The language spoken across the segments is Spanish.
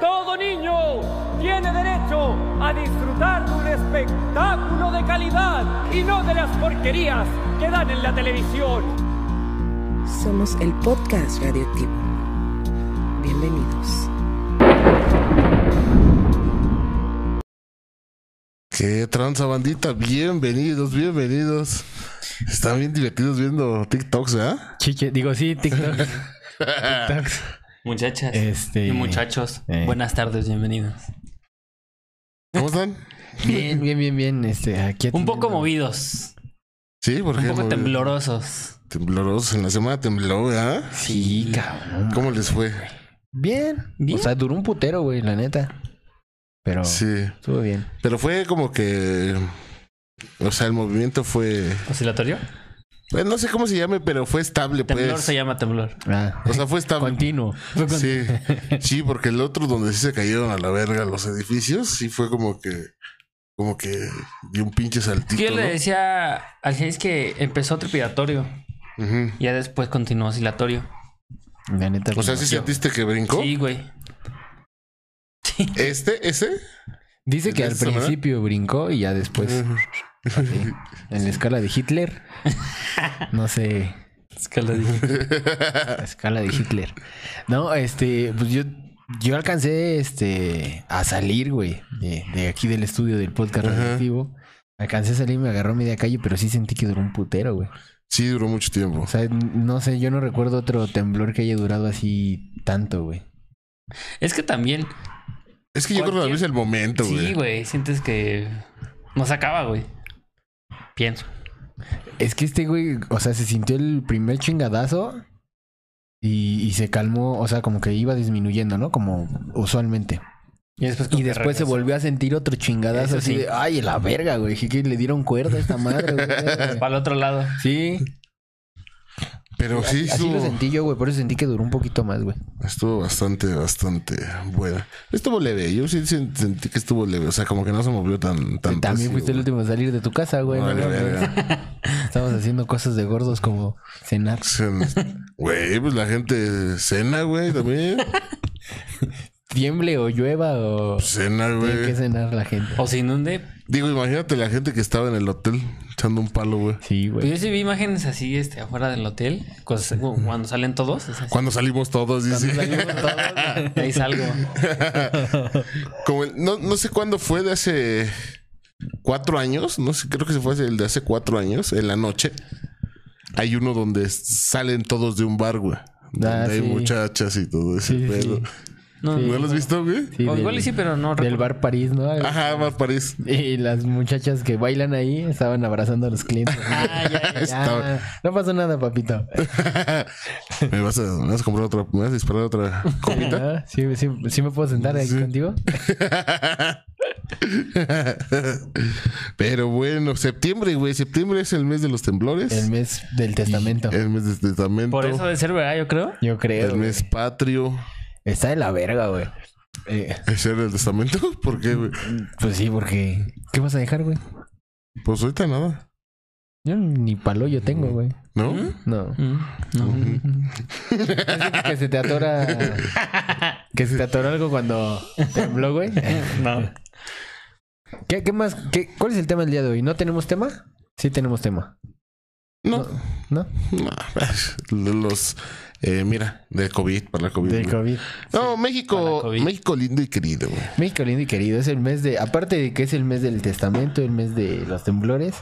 Todo niño tiene derecho a disfrutar de un espectáculo de calidad y no de las porquerías que dan en la televisión. Somos el podcast radioactivo. Bienvenidos. Qué tranza bandita, bienvenidos, bienvenidos. Están bien divertidos viendo TikToks, ¿verdad? Chiche, digo sí, TikTok. TikToks. Muchachas Este- y muchachos, eh. buenas tardes, bienvenidos. ¿Cómo están? Bien, bien, bien, bien. Este, aquí Un poco atendiendo. movidos, Sí, porque un poco temblorosos. temblorosos. En la semana tembló, ¿verdad? Sí, Ah, cabrón. ¿Cómo les fue? Bien. Bien. O sea, duró un putero, güey, la neta. Pero Sí. estuvo bien. Pero fue como que. O sea, el movimiento fue. ¿Oscilatorio? pues, no sé cómo se llame, pero fue estable, Temblor pues. se llama temblor. Ah, O sea, fue estable. continuo. Sí, sí, porque el otro donde sí se cayeron a la verga los edificios, sí fue como que, como que dio un pinche saltito. Yo le ¿no? decía al Jace que empezó trepidatorio, Ujú. ya después continuó oscilatorio. La neta. O sea, no. ¿sí sentiste que brincó? Sí, güey. ¿Este? ¿Ese? Dice que al ¿Esta semana? principio brincó y ya después. así, Mm. en la escala de Hitler. No sé. Es que lo dije. La escala de Hitler. No, este, pues yo, yo alcancé este a salir, güey, de, de aquí del estudio del podcast Ajá. radioactivo. Alcancé a salir, me agarró a media calle, pero sí sentí que duró un putero, güey. Sí, duró mucho tiempo. O sea, no sé, yo no recuerdo otro temblor que haya durado así tanto, güey. Es que también, Es que yo creo que es el momento, güey. sí, güey, sientes que no se acaba, güey. Pienso. Es que este güey, o sea, se sintió el primer chingadazo y, y se calmó, o sea, como que iba disminuyendo, ¿no? Como usualmente. Y después, Y después se volvió a sentir otro chingadazo Eso así sí. de, ay, la verga, güey. Dije que le dieron cuerda a esta madre, güey. Para el otro lado. Sí, Pero sí, así lo estuvo, sentí yo, güey. Por eso sentí que duró un poquito más, güey. estuvo bastante, bastante buena. Estuvo leve, yo sí sen- sentí que estuvo leve. O sea, como que no se movió tan, tan También recio, fuiste güey. el último en salir de tu casa, güey. Vale, No, no, verga. no. Estamos haciendo cosas de gordos como cenar. Sen- Güey, pues la gente cena, güey, también. Tiemble o llueva o... Pues Cena, Tiene que güey. cenar la gente. O se inunde, Digo, imagínate la gente que estaba en el hotel echando un palo, güey. Sí, Pues güey. yo sí vi imágenes así, este, afuera del hotel, cos- cu- cuando salen todos. es así. Cuando salimos todos, dice. Salimos todos, de ahí salgo. Como el- no, no sé cuándo fue de hace cuatro años, no sé, creo que se fue el de hace cuatro años, en la noche. Hay uno donde s- salen todos de un bar, güey. Donde Ah, hay sí. muchachas y todo ese Sí, sí, pedo. sí. No, Sí. ¿No los has visto, güey? Sí, O del- igual y Pues sí, pero no Del recuerdo. bar París, ¿no? Ajá, Bar París. Y las muchachas que bailan ahí estaban abrazando a los clientes. Ah, ya, ya, ya. Estaba- Ah, no pasó nada, papito. me, vas a, me vas a comprar otra, me vas a disparar otra copita. Ah, ¿Sí, sí, sí me puedo sentar aquí Sí. contigo? Pero bueno, septiembre, güey. Septiembre es el mes de los temblores. El mes del testamento. El mes del testamento. Por eso de ser verdad, yo creo. Yo creo. eh, el güey. mes patrio. Está de la verga, güey. Eh, ¿Ese era el testamento? ¿Por qué, güey? pues sí, porque. ¿Qué vas a dejar, güey? Pues ahorita nada, Yo ni palo yo tengo, güey. ¿no? No. Mm, no. Es que se te atora. Que se te atoró algo cuando tembló, güey. No. ¿Qué, qué más? ¿Qué, ¿Cuál es el tema del día de hoy? ¿No tenemos tema? Sí, tenemos tema. No, ¿No? no. Los, eh, mira, del COVID, para la COVID. Del güey. COVID. No, para la México, COVID. México lindo y querido, güey. México lindo y querido. Es el mes de. Aparte de que es el mes del testamento, el mes de los temblores,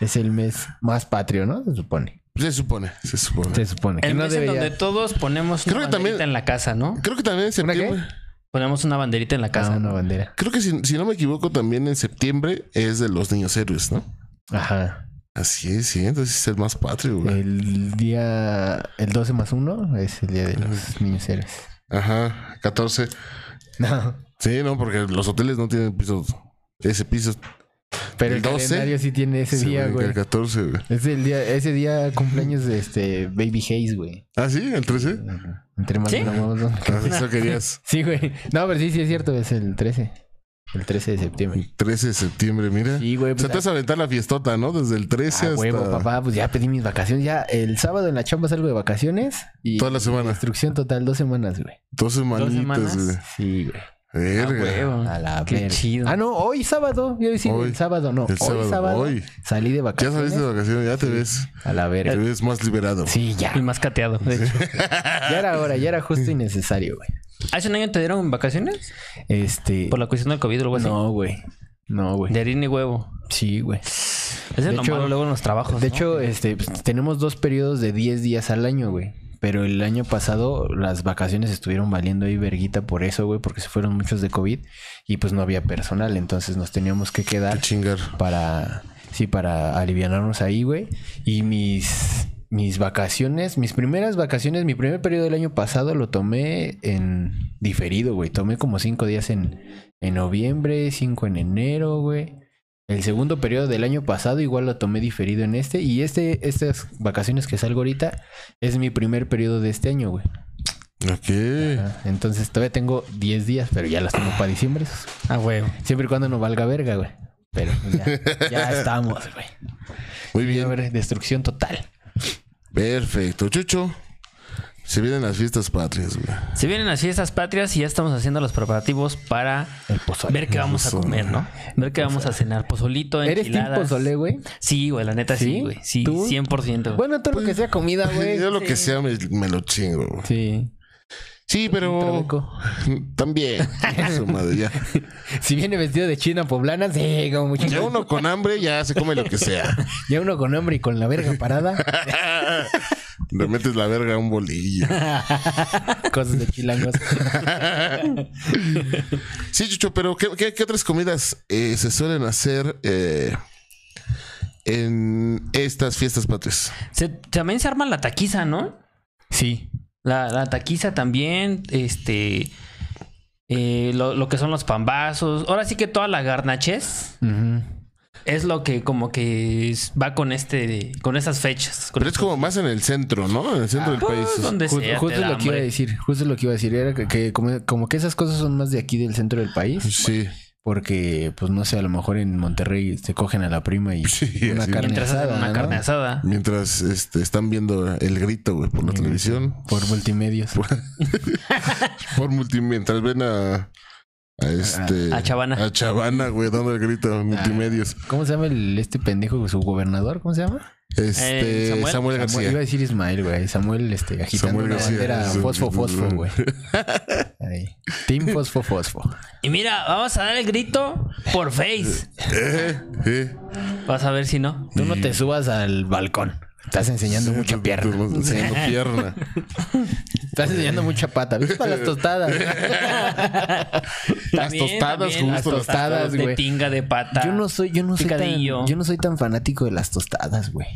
es el mes más patrio, ¿no? Se supone. Se supone, se supone. Se supone. Que El no mes en debería- donde todos ponemos una Creo que banderita también- en la casa, ¿no? Creo que también en ¿Una qué? septiembre. Ponemos una banderita en la Ah, casa. una bandera. Creo que si, si no me equivoco, también en septiembre es de los niños héroes, ¿no? Ajá. Así es, sí, entonces es el más patrio, güey. El día. El 12 más 1 es el día de los niños héroes. Ajá, 14. No. Sí, no, porque los hoteles no tienen pisos. Ese piso. Pero el, ¿El 12? calendario sí tiene ese se día, brinca güey. El 14, güey. Es el día, ese día cumpleaños de este Baby Hayes, güey. Ah, sí, el 13. Ajá. Entre más ¿Sí? nos vamos, ¿no? Ah, eso querías. Sí, güey. No, pero sí, sí es cierto, es el 13. El 13 de septiembre. 13 de septiembre, mira. Sí, güey. O sea, Pues, te vas a aventar la fiestota, ¿no? Desde el 13 a hasta huevo, papá. Pues ya pedí mis vacaciones. Ya el sábado en la chamba salgo de vacaciones y toda la semana. instrucción total, dos Ah, semanas, güey. Dos semanitas, semanas. güey. Sí, güey. Verga. huevo. A la Qué verga. chido. Ah, no, hoy sábado. Yo decía, Hoy. el sábado no. El hoy sábado, sábado. hoy. Salí de Ya vacaciones. saliste de vacaciones, ya te ves. A la Te verga. ves más liberado. Sí, ya. Y más cateado. de hecho. Ya era hora, ya era justo y necesario, güey. ¿Hace un año te dieron vacaciones? Este. Por la cuestión del COVID o algo así. No, güey. No, güey. De harina y huevo. Sí, güey. Eso De es lo hecho- malo luego en los trabajos. De ¿no? hecho, este, pues, tenemos dos periodos de 10 días al año, güey. Pero el año pasado las vacaciones estuvieron valiendo ahí verguita por eso, güey, porque se fueron muchos de COVID y pues no había personal, entonces nos teníamos que Qué quedar chingar. para, sí, para alivianarnos ahí, güey. Y mis, mis vacaciones, mis primeras vacaciones, mi primer periodo del año pasado lo tomé en diferido, güey. Tomé como cinco días en, en noviembre, cinco en enero, güey. El segundo periodo del año pasado igual lo tomé diferido en este. Y este, estas vacaciones que salgo ahorita es mi primer periodo de este año, güey. Ok. Ah, Entonces todavía tengo 10 días, pero ya las tengo para diciembre. esos. Ah, huevo. Siempre y cuando no valga verga, güey. Pero pues, ya, ya estamos, güey. Muy Y a bien. ver, destrucción total. Perfecto. Chucho. Se vienen las fiestas patrias, güey. Se vienen las fiestas patrias y ya estamos haciendo los preparativos para El pozole. ver qué vamos a Pozole. comer, ¿no? Ver qué vamos a cenar. Pozolito, ¿Eres team enchiladas. pozole, güey? Sí, güey, la neta sí, ¿Sí? güey. Sí, ¿Tú? 100%. güey. Bueno, todo lo que sea comida, Ah, güey. Yo lo que sea me, me lo chingo, güey. Sí. Sí, pero. Trabeco. También. Su madre, ya. Si viene vestido de china poblana, sí, como mucho. ya uno con hambre ya se come lo que sea. Ya uno con hambre y con la verga parada. Le metes la verga a un bolillo. Cosas de chilangos. Sí, Chucho, pero ¿qué, qué- qué otras comidas eh, se suelen hacer eh, en estas fiestas patrias? Se- también se arma la taquiza, ¿no? Sí. La, la taquiza también, este... eh, lo, lo que son los pambazos. Ahora sí que toda la garnaches Ujú. es lo que como que es- va con este... Con esas fechas. Con Pero es como más en el centro, ¿no? En el centro del país. Pues, donde Ju- sea, justo te es da lo que iba a hambre. decir. Justo es lo que iba a decir. Era que, que como, como que esas cosas son más de aquí del centro del país. Sí. Porque, pues no sé, a lo mejor en Monterrey se cogen a la prima y Sí, una así. carne Mientras hacen asada, una ¿no? carne asada. Mientras este, están viendo el grito, güey, por la televisión. Por multimedios. Por multimedia. Mientras ven a. A este. A Chavana. A Chavana, güey, dando el grito en multimedios. ¿Cómo se llama el, este pendejo, su gobernador? ¿Cómo se llama? Este. Eh, Samuel, Samuel- García. Samuel- iba a decir Ismael, güey. Samuel, este, agitando Samuel una García. bandera Sí, fosfo, sí, fosfo, sí. güey. Ahí. Team fosfo, fosfo. Y mira, vamos a dar el grito por Face. Eh, eh. Vas a ver si no. Tú no te subas al balcón. Estás enseñando mucha pierna. Enseñando pierna. Estás enseñando mucha pata. ¿Ves para las tostadas? Las tostadas, justo, las las tostadas, tostadas, de güey. tinga de pata. Yo no soy, yo no soy tan, Picadillo. yo no soy tan fanático de las tostadas, güey.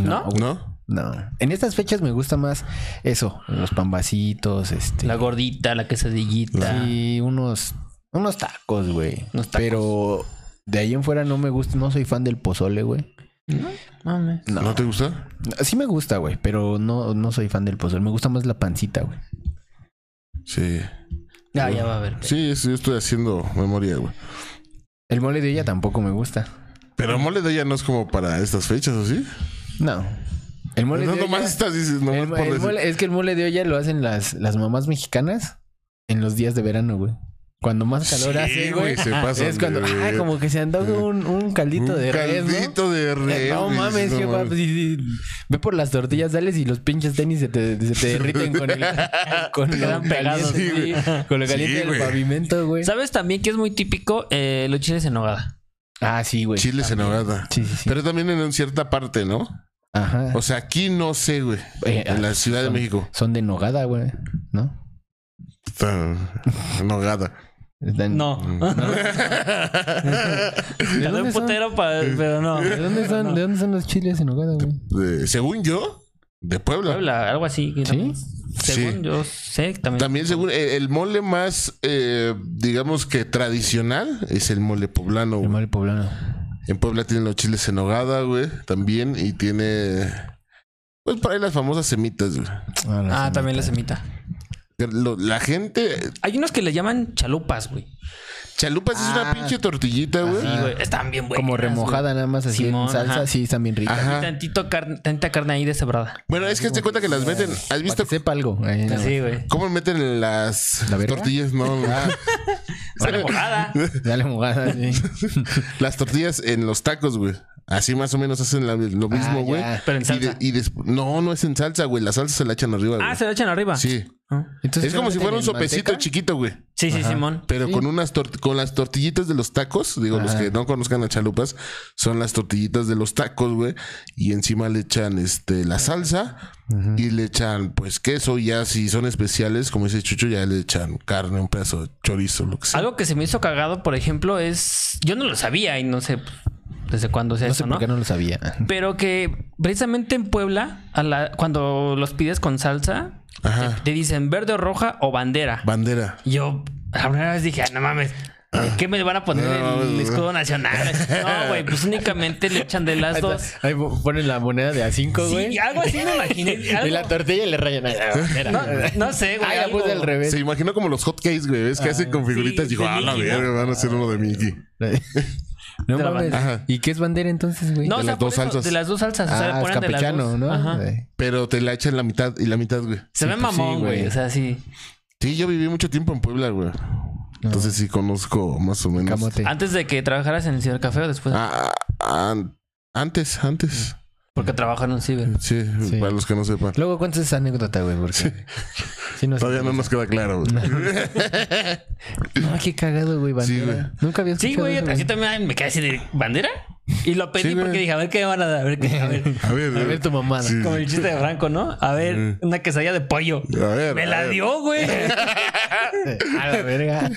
¿No? güey. ¿No? No. En estas fechas me gusta más eso, los pambacitos, este. La gordita, la quesadillita. Sí, unos, unos tacos, güey. Unos tacos. Pero de ahí en fuera no me gusta, no soy fan del pozole, güey. Mame. no. te gusta? Sí me gusta, güey, pero no, no soy fan del pozole. Me gusta más la pancita, güey. Sí. Ah, ya va a ver. Sí, eso yo estoy haciendo memoria, güey. El mole de ella tampoco me gusta. Pero mole de ella no es como para estas fechas, ¿o sí? No. El mole Pues no, de nomás olla- estás diciendo, el- nomás por el decir. mole- es que el mole de olla lo hacen las, las mamás mexicanas en los días de verano, güey. Cuando más calor Sí, hace, güey, güey. se pasan es cuando, de- ah, como que se antoja un, un caldito Un de res, ¿no? Eh, caldito de res, No güey, mames, no qué guapo. mames. sí, sí. Ve por las tortillas, sales y los pinches tenis se te, se te derriten con el. Con lo Quedan pegados, caliente, sí, sí, Con lo Sí, caliente del güey. pavimento, güey. ¿Sabes también que es muy típico eh, los chiles en nogada? Ah, sí, güey. Chiles en nogada. Sí, sí, sí. Pero también en cierta parte, ¿no? Ajá. O sea, aquí no sé, güey. Eh, en la ah, Ciudad de son- México. Son de nogada, güey. ¿No? Está- Nogada. Están- Te doy dónde un son? putero, pa- pero no. ¿De dónde son, ¿De dónde son los chiles en nogada, güey? De- según yo, de Puebla. Puebla, algo así. ¿no? ¿Sí? Según Sí. yo sé, también. También según eh, el, el mole más, eh, digamos que tradicional, es el mole poblano. El güey. mole poblano. En Puebla tienen los chiles en nogada, güey, también. Y tiene, pues, por ahí las famosas semitas, güey. Ah, también la semita. Lo- la gente Hay unos que le llaman chalupas, güey. Chalupas es una Ah. pinche tortillita, güey. Sí, güey. Están bien buenas. Como remojada nada más así Simón, en salsa, ajá. sí, están bien ricas. Ajá. güey. Y tantito carne, tanta carne ahí deshebrada. Bueno, es que hazte Ah, cuenta que las meten. ¿Has Para visto que sepa algo. Ahí nada más. Sí, güey. cómo meten las ¿La verga? tortillas? No, Remojada. Dale mojada, sí. las tortillas en los tacos, güey. Así más o menos hacen la- lo mismo, Ah, güey. ya. Pero en Y, de- salsa. y desp- no, no es en salsa, güey. La salsa se la echan arriba, güey. Ah, se la echan arriba. Sí. Ah. Entonces, Es como ¿se si meten fuera un en sopecito manteca? chiquito, güey. Sí, sí, Simón. Pero con unas tor- con las tortillitas de los tacos, digo, los Ajá. que no conozcan a chalupas, son las tortillitas de los tacos, güey. Y encima le echan este la salsa y le echan pues queso, y ya si son especiales, como dice Chucho, ya le echan carne, un pedazo de chorizo, lo que sea. Algo que se me hizo cagado, por ejemplo, es. Yo no lo sabía y no sé pues, desde cuándo sea No sé eso, por ¿no? qué no lo sabía. Pero que precisamente en Puebla, a la- cuando los pides con salsa, Ajá. te, te dicen verde o roja o bandera. Bandera. Yo la primera vez dije, "Ah, no mames. ¿Qué me van a poner No, en el mames. escudo nacional? No, güey, pues únicamente le echan de las dos. Ahí ponen la moneda de a 5, güey. Sí, algo así me imaginé. y la Ah, algo- tortilla le rayan. ahí. no, no sé, güey. Ahí la algo. puse al revés. Se imaginó como los hotcakes, güey. Es que hacen con figuritas. sí, dijo, de ah, la Mickey, ¿no? Ah. verga, van a hacer uno de Mickey. No De la mames. bandera. ¿Y qué es bandera entonces, güey? No, de o sea, las por dos eso, salsas. de las dos salsas. o sea, Ah, es ponen de las campechano, dos. ¿no? Ajá. Sí. Pero te la echan la mitad y la mitad, güey. Se ve Sí, pues sí, mamón, güey. güey. O sea, sí. Sí, yo viví mucho tiempo en Puebla, güey. Ah. Entonces sí conozco más o menos. Camote. Antes de que trabajaras en el Ciber Café o después. Ah, ah, an- antes, antes. Porque trabajo en un ciber. Sí, Sí. para los que no sepan. Luego cuentas esa anécdota, güey, porque... Sí. no sé. Todavía no nos queda claro, güey. No, qué cagado, güey, Sí, bandera. güey. Nunca había escuchado Sí, güey. eso, Así también me quedé así de bandera. Y lo pedí Sí, güey. porque dije, a ver qué me van a dar. A ver, qué, a ver. A ver, A ver tu mamada. Sí. Como el chiste de Franco, ¿no? A ver, una quesadilla de pollo. A ver, Me a la ver. dio, güey. A la verga.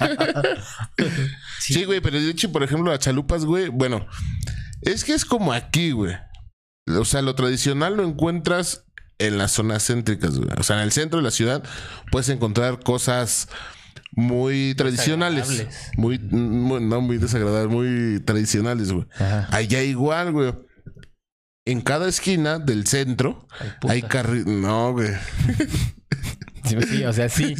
Sí, güey, pero de hecho, por ejemplo, las chalupas, güey, bueno, es que es como aquí, güey. O sea, lo tradicional lo encuentras en las zonas céntricas, güey. O sea, en el centro de la ciudad puedes encontrar cosas muy tradicionales. Desagradables. Muy, muy- no muy desagradables, muy tradicionales, güey. Ajá. Allá igual, güey. En cada esquina del centro puta. hay carri... No, güey. Sí, sí, o sea, sí.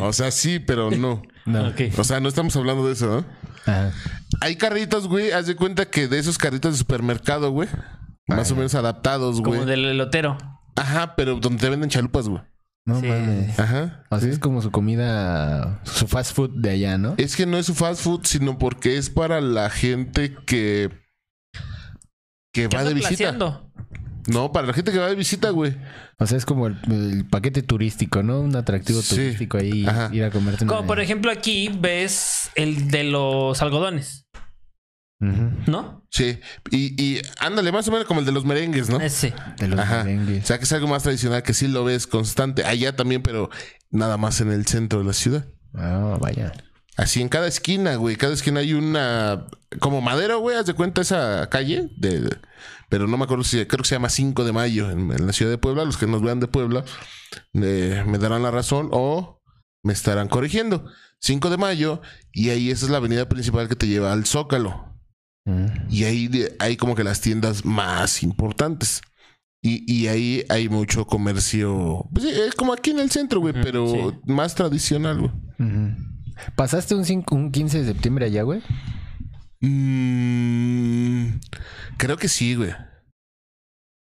O sea, sí, pero no. No. Ok. O sea, no estamos hablando de eso, ¿no? Ajá. Hay carritos, güey. Haz de cuenta que de esos carritos de supermercado, güey. Más o menos adaptados, Como güey. del elotero. Ajá, pero donde te venden chalupas, güey. No Sí. mames. Ajá. O sea, es como su comida, su fast food de allá, ¿no? Es que no es un fast food, sino porque es para la gente que. que ¿Qué va de andas visita. placeando? No, para la gente que va de visita, güey. O sea, es como el, el paquete turístico, ¿no? Un atractivo Sí. turístico ahí, Ajá. ir a comerte una- Como por ejemplo aquí ves el de los algodones, Ujú. ¿no? Sí. Y, y ándale, más o menos como el de los merengues, ¿no? Ese. De los Ajá. O merengues. sea, que es algo más tradicional que sí lo ves constante. Allá también, pero nada más en el centro de la ciudad. Ah, vaya. Así en cada esquina, güey. Cada esquina hay una. Como madera, güey. Haz de cuenta esa calle. De, pero no me acuerdo si. Creo que se llama 5 de mayo en, en la ciudad de Puebla. Los que nos vean de Puebla eh, me darán la razón o me estarán corrigiendo. 5 de mayo. Y ahí esa es la avenida principal que te lleva al Zócalo. Mm. Y ahí de- hay como que las tiendas más importantes. Y, y ahí hay mucho comercio. Pues, sí, es como aquí en el centro, güey. pero sí. más tradicional, güey. Ujú. ¿Pasaste un, cinco- un 15 de septiembre allá, güey? Mm, creo que sí, güey.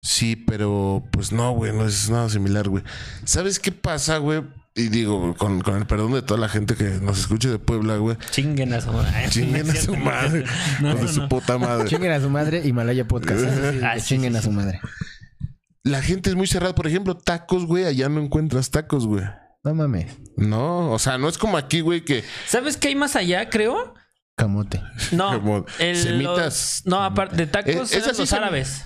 Sí, pero pues no, güey, no es nada similar, güey. ¿Sabes qué pasa, güey? Y digo, con, con el perdón de toda la gente que nos escuche de Puebla, güey. Chinguen a su madre. Chinguen a su madre. No, los de no, su no. puta madre. Chinguen a su madre, Himalaya Podcast. Ah, sí, Chinguen sí, a su madre. La gente es muy cerrada. Por ejemplo, tacos, güey. Allá no encuentras tacos, güey. No mames. No, o sea, no es como aquí, güey, que ¿Sabes qué hay más allá, creo? Camote. No. Como el- semitas. los- no, aparte de tacos, Eh, eran esas sí los son- árabes.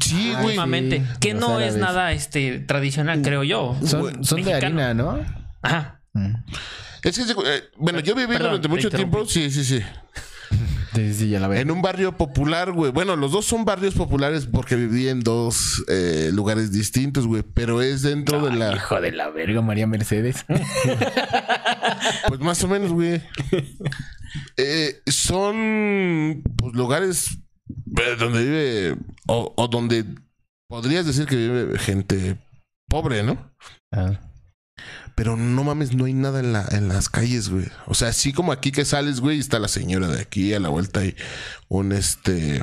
sí, güey. Últimamente. que los no árabes. es nada este tradicional, creo yo. Son, son de Mexicano. harina, ¿no? Ajá. Mm. Es que, eh, bueno, yo viví Perdón, durante te mucho tiempo. Sí, interrumpí. sí, sí. Sí, sí, ya la veo. En un barrio popular, güey. Bueno, los dos son barrios populares porque viví en dos eh, lugares distintos, güey. Pero es dentro de la. Hijo de la verga, María Mercedes. Pues más o menos, güey. Eh, son pues, lugares eh, donde vive. O, o donde podrías decir que vive gente pobre, ¿no? Ah. Pero no mames, no hay nada en, la, en las calles, güey. O sea, así como aquí que sales, güey, está la señora de aquí a la vuelta y un este.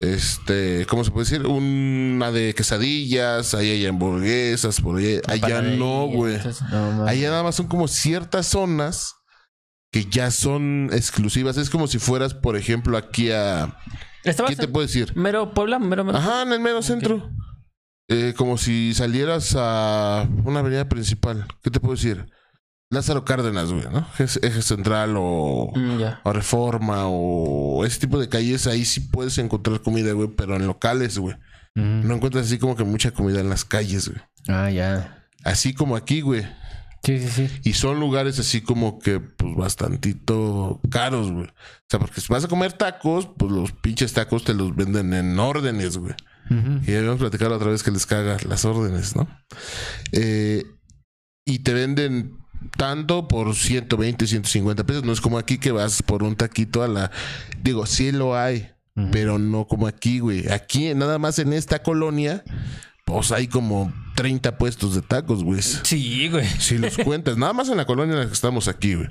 Este, ¿cómo se puede decir? Una de quesadillas, ahí hay hamburguesas, por ahí. pues, Allá no, güey. No, mames. Allá nada más son como ciertas zonas que ya son exclusivas. Es como si fueras, por ejemplo, aquí a. Estabas ¿Qué te en puedo decir? mero Puebla, mero, mero. Ajá, en el mero centro. Eh, como si salieras a una avenida principal. ¿Qué te puedo decir? Lázaro Cárdenas, güey, ¿no? Eje, Eje central o, Mm, ya. o Reforma o ese tipo de calles. Ahí sí puedes encontrar comida, güey, pero en locales, güey. Mm. No encuentras así como que mucha comida en las calles, güey. Ah, ya. Así como aquí, güey. Sí, sí, sí. Y son lugares así como que, pues, bastantito caros, güey. O sea, porque si vas a comer tacos, pues los pinches tacos te los venden en órdenes, güey. Ujú. Y ya habíamos platicado la otra vez que les caga las órdenes, ¿no? Eh, y te venden tanto por 120, 150 pesos. No es como aquí que vas por un taquito a la. Digo, sí lo hay, Ujú. pero no como aquí, güey. Aquí, nada más en esta colonia, pues hay como 30 puestos de tacos, güey. Sí, güey. Si los cuentas, nada más en la colonia en la que estamos aquí, güey.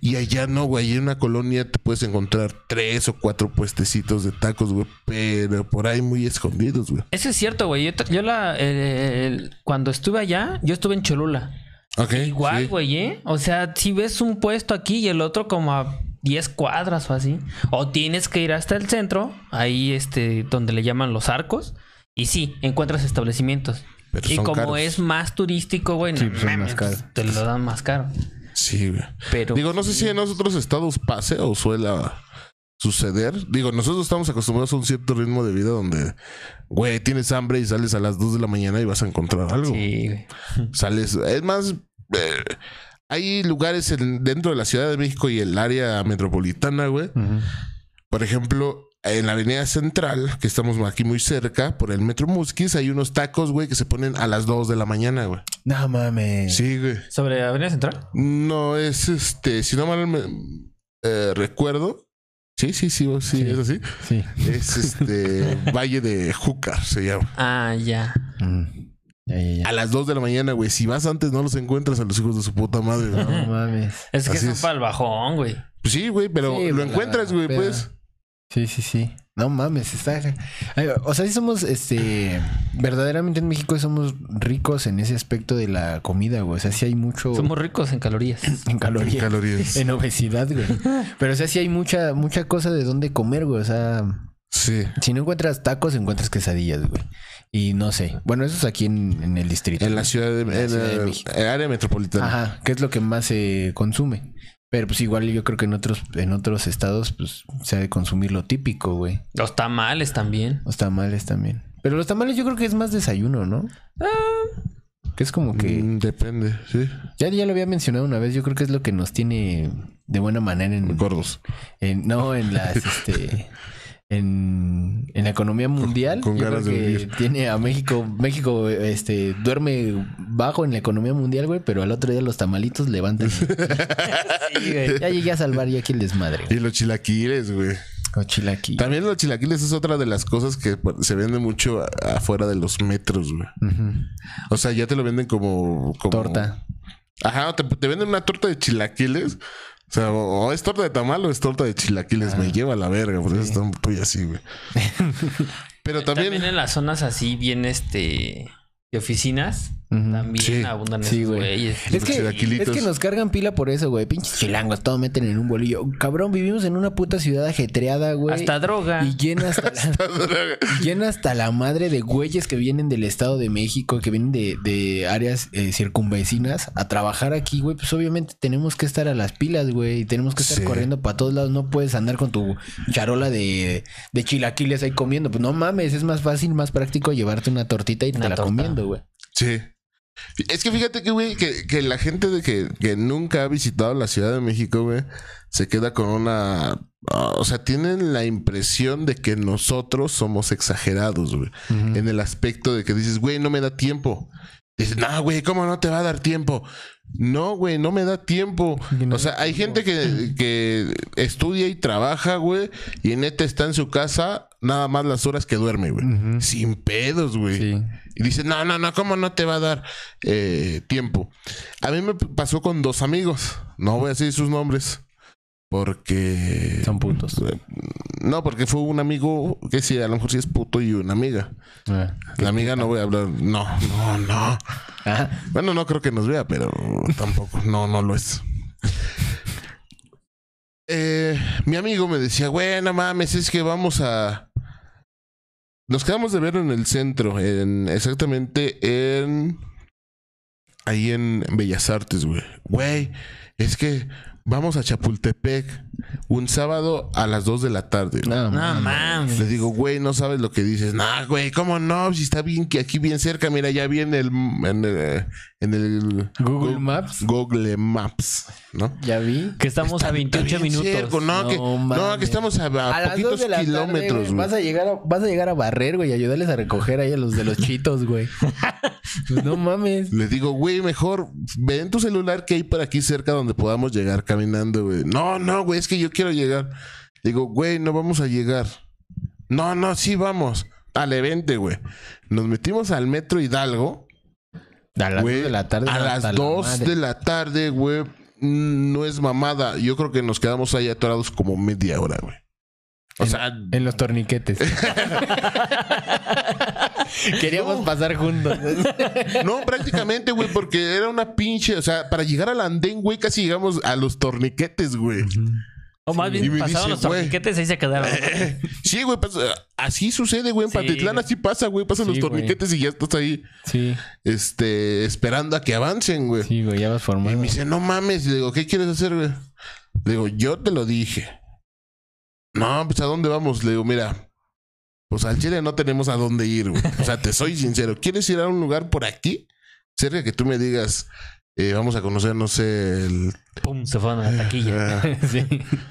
Y allá no, güey. Allá en una colonia te puedes encontrar tres o cuatro puestecitos de tacos, güey. Pero por ahí muy escondidos, güey. Eso es cierto, güey. Yo, ta- yo la, eh, el- cuando estuve allá, yo estuve en Cholula. Ok. Igual, sí. güey, ¿eh? O sea, si ves un puesto aquí y el otro como a 10 cuadras o así, o tienes que ir hasta el centro, ahí este, donde le llaman los arcos, y sí, encuentras establecimientos. Pero y Pues son como caros. es más turístico, güey, Sí, no pues son más mames, caros. te lo dan más caro. Sí, güey. Pero Digo, no sé si en los otros estados pase o suela suceder. Digo, nosotros estamos acostumbrados a un cierto ritmo de vida donde, güey, tienes hambre y sales a las 2 de la mañana y vas a encontrar algo. sí, güey. Sales. Es más, eh, hay lugares en- dentro de la Ciudad de México y el área metropolitana, güey. Ujú. Por ejemplo, en la Avenida Central, que estamos aquí muy cerca, por el Metro Musquis, hay unos tacos, güey, que se ponen a las 2 de la mañana, güey. No mames. Sí, güey. ¿Sobre Avenida Central? No, es este, si no mal me- eh, recuerdo. Sí, sí, sí, sí, Sí. es así. Sí. Es este Valle de Júcar, se llama. Ah, ya. Mm. Ya, ya, ya. A las 2 de la mañana, güey. Si vas antes, no los encuentras a los hijos de su puta madre. güey. No mames. Es que Así son es. para el bajón, güey. Pues sí, güey, pero Sí, lo pues, la encuentras, güey, peda. pues. Sí, sí, sí. No mames, está. Ay, O sea, sí somos, este, verdaderamente en México somos ricos en ese aspecto de la comida, güey. O sea, sí hay mucho Uh. Somos ricos en calorías. en En calorías, calorías. en obesidad, güey. Pero o sea, sí hay mucha, mucha cosa de dónde comer, güey. O sea, Sí. si no encuentras tacos, encuentras quesadillas, güey. Y no sé. Bueno, eso es aquí en, en el distrito. En la ciudad de, la en Ciudad de el- México. el área metropolitana. Ajá, que es lo que más se consume. Pero pues igual yo creo que en otros, en otros estados, pues se ha de consumir lo típico, güey. Los tamales también. Los tamales también. Pero los tamales yo creo que es más desayuno, ¿no? Que es como que... Mm, depende, sí. Ya, ya lo había mencionado una vez, yo creo que es lo que nos tiene de buena manera en... Gordos. en- no, en las... este, en, en la economía mundial. con yo ganas creo de que vivir. Tiene a México... México este, duerme bajo en la economía mundial, güey, pero al otro día los tamalitos levantan. ya llegué a salvar ya aquí el desmadre. Y los chilaquiles, güey. Con chilaquil. También los chilaquiles es otra de las cosas que pues, se vende mucho a- afuera de los metros, güey. Ujú. O sea, ya te lo venden como. como- Torta. Ajá, te, te venden una torta de chilaquiles. O sea, o, o es torta de tamal o es torta de chilaquiles. Me lleva a la verga, por eso estoy- estoy así, güey. Pero También, también. en las zonas así bien este de oficinas Ujú. también Sí. Eh, abundan Sí, esos güey. güeyes. Es que, es chilaquilitos. que nos cargan pila por eso, güey. Pinches chilangos, todo meten en un bolillo. Cabrón, vivimos en una puta ciudad ajetreada, güey. hasta droga. Y llena hasta, la, llena hasta la madre de güeyes que vienen del Estado de México, que vienen de, de áreas eh, circunvecinas a trabajar aquí, güey. Pues obviamente tenemos que estar a las pilas, güey. Y tenemos que estar Sí. corriendo para todos lados. No puedes andar con tu charola de, de chilaquiles ahí comiendo. Pues no mames, es más fácil, más práctico llevarte una tortita y Una te la torta. comiendo, güey. Sí. Es que fíjate que, güey, que, que la gente de que, que nunca ha visitado la Ciudad de México, güey, se queda con una. ah, O sea, tienen la impresión de que nosotros somos exagerados, güey. En el aspecto de que dices, güey, no me da tiempo. Dices, no, güey, ¿cómo no te va a dar tiempo? No, güey, no me da tiempo. Que Eh, no o sea, hay gente que, que estudia y trabaja, güey, y neta está en su casa nada más las horas que duerme, güey. Sin pedos, güey. Y dice, no, no, no, ¿cómo no te va a dar eh, tiempo? A mí me pasó con dos amigos. No voy a decir sus nombres. Porque... Son putos. No, porque fue un amigo que sí, a lo mejor sí es puto y una amiga. Ah. La amiga no voy a hablar. No, no, no. Ah, Bueno, no creo que nos vea, pero tampoco. No, no lo es. Eh, mi amigo me decía, güey, no mames, es que vamos a. Nos quedamos de ver en el centro, en exactamente en. Ahí en Bellas Artes, güey. Güey, es que vamos a Chapultepec un sábado a las 2 de la tarde. güey. no, No mames. mames. Le digo, güey, no sabes lo que dices. Nah, güey, ¿cómo no? Si está bien que aquí bien cerca, mira, ya viene el en el, en el Google Go- Maps. Google Maps, ¿no? Ya vi. Que estamos a Está- está 28 bien minutos. cerca, no, No que, no, mames. que estamos a, a poquitos kilómetros. güey, güey. vas a llegar a, vas a llegar a barrer, güey, y ayudarles a recoger ahí a los de los chitos, güey. Pues no mames. Le digo, güey, mejor ven tu celular que hay por aquí cerca donde podamos llegar caminando, güey. No, no, güey, es que yo quiero llegar. Digo, güey, no vamos a llegar. No, no, sí vamos. Dale, vente, güey. Nos metimos al metro Hidalgo. A las Güey, dos de la tarde. A hasta la las 2 madre. de la tarde, güey. mm, No es mamada. Yo creo que nos quedamos ahí atorados como media hora, güey. O sea, En los torniquetes. Queríamos pasar juntos. no, prácticamente, güey, porque era una pinche. O sea, para llegar al andén, güey, casi llegamos a los torniquetes, güey. O más Y bien me pasaron dice, los güey. Eh. torniquetes ahí se quedaron. Sí, güey, pasa- así sucede, güey. En Sí. Patitlán así pasa, güey. Pasan Sí, los torniquetes y ya estás ahí, Sí, este, esperando a que avancen, güey. sí, güey, ya vas Y formando. me dice, no mames. Y le digo, ¿qué quieres hacer, güey? Le digo, yo te lo dije. No, pues ¿a dónde vamos? Le digo, mira, pues al Chile no tenemos a dónde ir, güey. O sea, te soy sincero. ¿Quieres ir a un lugar por aquí? Cerca que tú me digas, eh, vamos a conocer, no sé, el... Pum, se fueron a la taquilla. eh,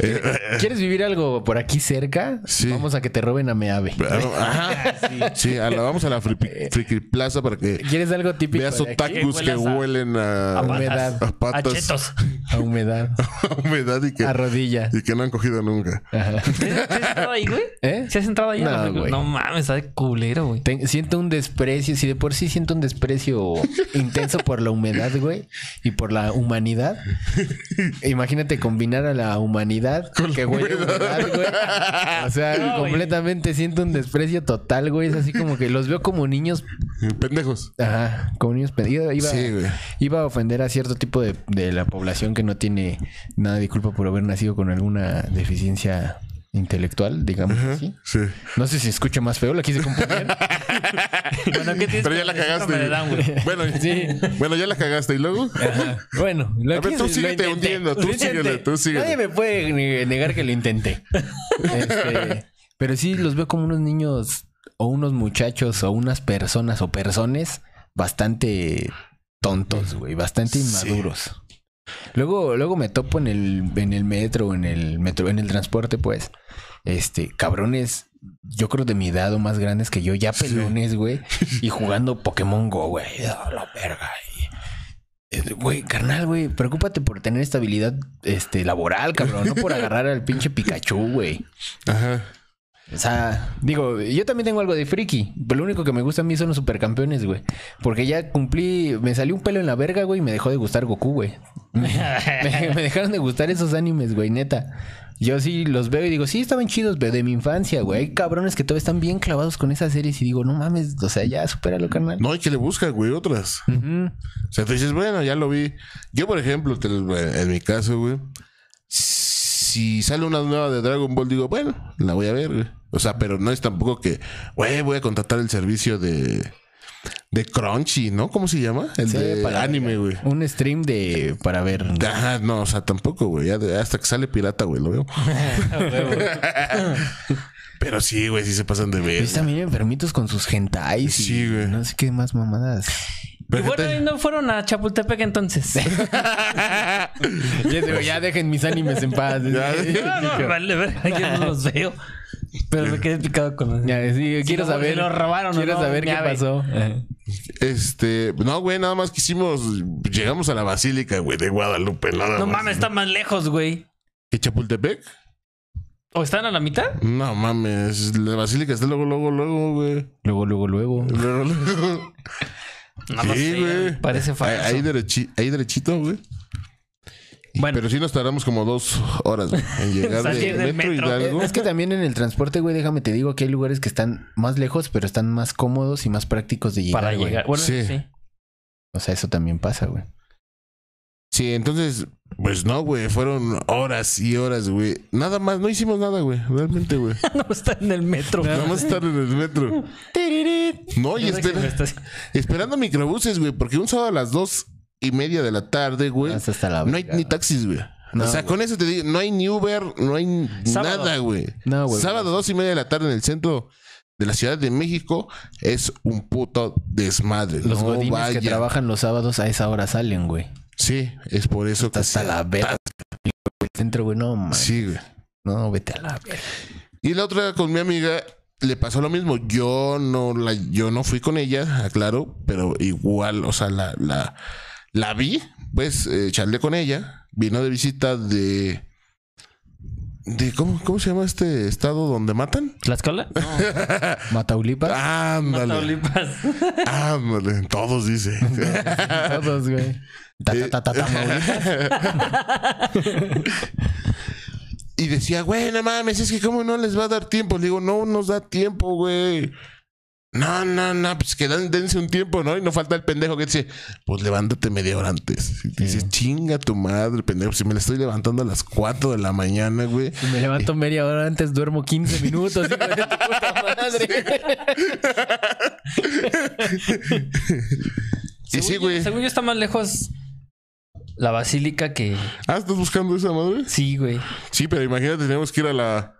Sí. eh, ¿Quieres vivir algo por aquí cerca? Sí. Vamos a que te roben a Meave. ajá. Sí, a la- vamos a la Friki, Friki Plaza para que ¿Quieres algo típico veas de aquí? otakus que Huelas a- huelen a a, humedad. a A patas, chetos. A humedad, a humedad y que, a rodilla. y que no han cogido nunca. Ajá. ¿Sí has entrado ahí, güey? ¿Eh? ¿Sí has entrado ahí? No, No, güey. no mames, está de culero, güey. Ten- siento un desprecio, si de por sí siento un desprecio intenso por la humedad, güey, y por la humanidad. Imagínate combinar a la humanidad que huele a humedad, güey. O sea, No, güey. completamente siento un desprecio total, güey. Es así como que los veo como niños, Pendejos. ajá, como niños perdidos. Iba, Sí, güey. iba a ofender a cierto tipo de, de la población que no tiene nada de culpa por haber nacido con alguna deficiencia intelectual, digamos así. Sí. No sé si escucha más feo, la quise componer. Bueno, ¿qué tienes Pero ya con la el síndrome de Down, güey? cagaste. Bueno, Sí. bueno, ya la cagaste. ¿Y luego? Bueno, lo A ver, tú quise, lo síguete intenté. hundiendo, tú Lo intenté. síguele, tú síguele. Nadie me puede ne- negar que lo intenté. Este, pero sí los veo como unos niños o unos muchachos o unas personas o personas bastante tontos, güey, bastante Sí. inmaduros. Luego, luego me topo en el, en el metro, en el metro, en el transporte, pues, este, cabrones, yo creo de mi edad o más grandes que yo, ya pelones, güey, y jugando Pokémon Go, güey, a la verga. y- eh, Güey, carnal, güey, preocúpate por tener estabilidad este, laboral, cabrón, no por agarrar al pinche Pikachu, güey. Ajá. O sea, digo, yo también tengo algo de friki, pero lo único que me gusta a mí son los supercampeones, güey. Porque ya cumplí, me salió un pelo en la verga, güey, y me dejó de gustar Goku, güey. Me, me dejaron de gustar esos animes, güey, neta. Yo sí los veo y digo, sí, estaban chidos, pero de mi infancia, güey. Hay cabrones que todavía están bien clavados con esas series y digo, no mames, o sea, ya, supéralo, carnal. No, hay que le busca, güey, otras. Ujú. O sea, tú dices, bueno, ya lo vi. Yo, por ejemplo, te- en mi caso, güey, si sale una nueva de Dragon Ball, digo, bueno, la voy a ver, güey. O sea, pero no es tampoco que, güey, voy a contratar el servicio de, de Crunchy, ¿no? ¿Cómo se llama? El Sí, de para- anime, güey. Un stream de para ver. Ajá, no, o sea, tampoco, güey. Ya de- Hasta que sale pirata, güey, lo veo. Pero sí, güey, sí se pasan de ver. Pues también enfermitos con sus gentais. Sí, güey. No sé qué más mamadas. Y bueno, y no fueron a Chapultepec entonces. Ya, digo, ya dejen mis animes en paz. Ya. No, no, vale, ver, yo no los veo. Pero me quedé picado con los... Ya, sí, quiero lo- saber. si lo robaron o Quiero no, saber qué ya ve. pasó. Eh. Este, no, güey, nada más quisimos. Llegamos a la basílica, güey, de Guadalupe, nada No más. mames, está más lejos, güey. ¿Y Chapultepec? ¿O están a la mitad? No mames, la basílica está luego, luego, luego, güey. Luego, luego, luego. Luego, luego. No lo Sí, sé, güey. eh, Parece falso. Ahí, ahí derechi- ahí derechito, güey. Y- Bueno. Pero sí nos tardamos como dos horas güey, en llegar de Salir metro, del metro. Hidalgo. Es que también en el transporte, güey, déjame te digo que hay lugares que están más lejos, pero están más cómodos y más prácticos de llegar. para güey. llegar. Bueno, Sí. sí. O sea, eso también pasa, güey. Sí, entonces, pues no, güey. Fueron horas y horas, güey. Nada más, no hicimos nada, güey. Realmente, güey. no está en el metro. Nada más estar en el metro. No, y Yo sé que espera- me estás- esperando microbuses, güey. Porque un sábado a las dos y media de la tarde, güey. Hasta hasta Ah, la No hay verga, ni güey. taxis, güey. No, o sea, güey. con eso te digo, no hay ni Uber, no hay Sábado. nada, güey. No, güey. Sábado, dos y media de la tarde en el centro de la Ciudad de México es un puto desmadre. Los no godines vaya. que trabajan los sábados a esa hora salen, güey. Sí, es por eso que. Hasta sí. la verga. güey. Dentro, güey, no, man. Sí, güey. No, vete a la verga. Y la otra con mi amiga le pasó lo mismo. Yo no la, yo no fui con ella, aclaro, pero igual, o sea, la, la, la vi, pues eh, charlé con ella. Vino de visita de. de ¿cómo, ¿Cómo se llama este estado donde matan? ¿Tlaxcala? Mataulipas. Ándale, Mataulipas. ándale, todos dice. Todos, güey. Ta, ta, ta, ta, Tamaulipas. y decía, güey, no mames, es que cómo no les va a dar tiempo. Le digo, no nos da tiempo, güey. No, no, no, pues que dan- dense un tiempo, ¿no? Y no falta el pendejo que dice, pues levántate media hora antes. Y dices, chinga tu madre, pendejo. Si me la estoy levantando a las 4 de la mañana, güey. Si me levanto media hora antes, duermo 15 minutos. hijo de tu puta madre. Y sí, yo- güey. Según yo está más lejos la basílica que... Ah, ¿estás buscando esa madre? Sí, güey. Sí, pero imagínate, tenemos que ir a la.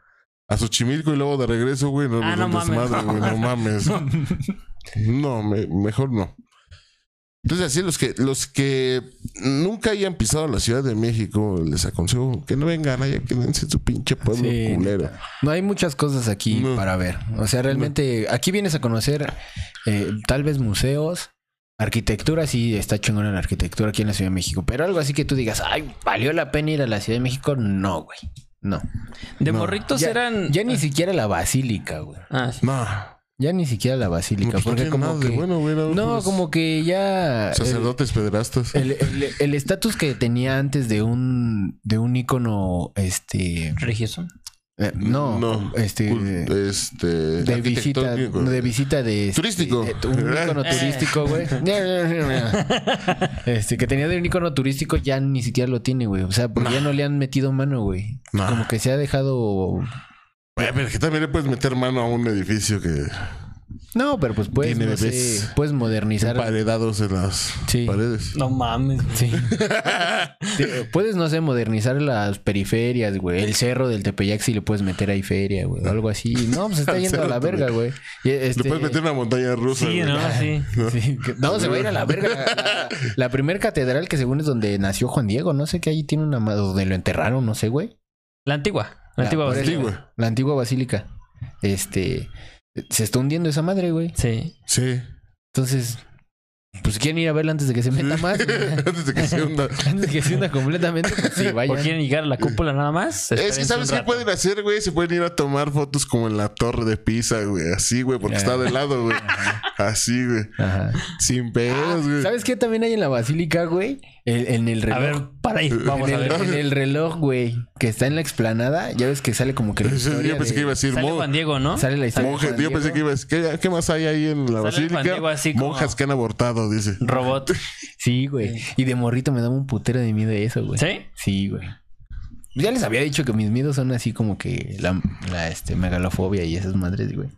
A Xochimilco y luego de regreso, güey. No, Ah, no no mames. mames, Madre, no. güey, no mames. No, me- mejor no. Entonces, así los que, los que nunca hayan pisado la Ciudad de México, les aconsejo que no vengan allá, quédense en su pinche pueblo Sí, culero. No hay muchas cosas aquí No. para ver. O sea, realmente aquí vienes a conocer eh, tal vez museos, arquitectura, sí está chingona la arquitectura aquí en la Ciudad de México, pero algo así que tú digas, ay, valió la pena ir a la Ciudad de México, no, güey. No. De No. morritos ya, Mm. eran... ya ni siquiera la basílica, güey. Ah, sí. No, Ya ni siquiera la no, basílica, pues, no porque tiene como nada de que bueno, Pues güey. nada, no, puros como que ya el- Sacerdotes pederastas. el el- el estatus que tenía antes de un de un ícono este Religioso. eh, no, este cul- este. de visita, arquitectónico. de visita de este, Turístico. de tu- un icono Eh. turístico, güey. este que tenía de un icono turístico ya ni siquiera lo tiene, güey. O sea, porque ya no le han metido mano, güey. No. Como que se ha dejado. Güey, pero es que también le puedes meter mano a un edificio que. No, pero pues puedes, Tiene no sé, bebés. puedes modernizar. Paredados en las Sí. paredes. No mames. güey. Sí. Sí, puedes, no sé, modernizar las periferias, güey. El cerro del Tepeyac si le puedes meter ahí feria, güey. O algo así. No, pues está Al yendo a cerro la del verga, güey. Y, este, Ah, Le puedes meter una montaña rusa. Sí, güey. ¿no? Sí. Sí, que- no, se va a ir a la verga. La, la, primera catedral que según es donde nació Juan Diego, no sé que ahí tiene una ma- donde lo enterraron, no sé, güey. La antigua. Ah, La La antigua por basílica. Sí, güey. La antigua basílica. Este se está hundiendo esa madre, güey. Sí. Sí. Entonces, pues quieren ir a verla antes de que se meta más. güey? Antes de que se hunda. antes de que se hunda completamente, pues sí, ¿O vaya. quieren llegar a la cúpula nada más? Es que, Espérense ¿sabes un qué rato. pueden hacer, güey? Se pueden ir a tomar fotos como en la torre de Pisa, güey. Así, güey, porque Ya. está de lado, güey. Así, güey. Ajá. Sin pedos, güey. ¿Sabes qué también hay en la basílica, güey? El- en el reloj. A ver, para ahí. Vamos en, a el, ver. en el reloj, güey, que está en la explanada, ya ves que sale como que la Yo historia pensé de- que iba a decir Sale mo- Juan Diego, ¿no? sale la historia de monje. Juan Yo pensé Diego. que iba a decir, ¿qué, qué más hay ahí en la Sale Juan basílica? Diego así como- Monjas que han abortado, dice. Robot. Sí, güey. Y de morrito me daba un putero de miedo eso, güey. ¿Sí? Sí, güey. Ya les había dicho que mis miedos son así como que la, la, este, megalofobia y esas madres, güey.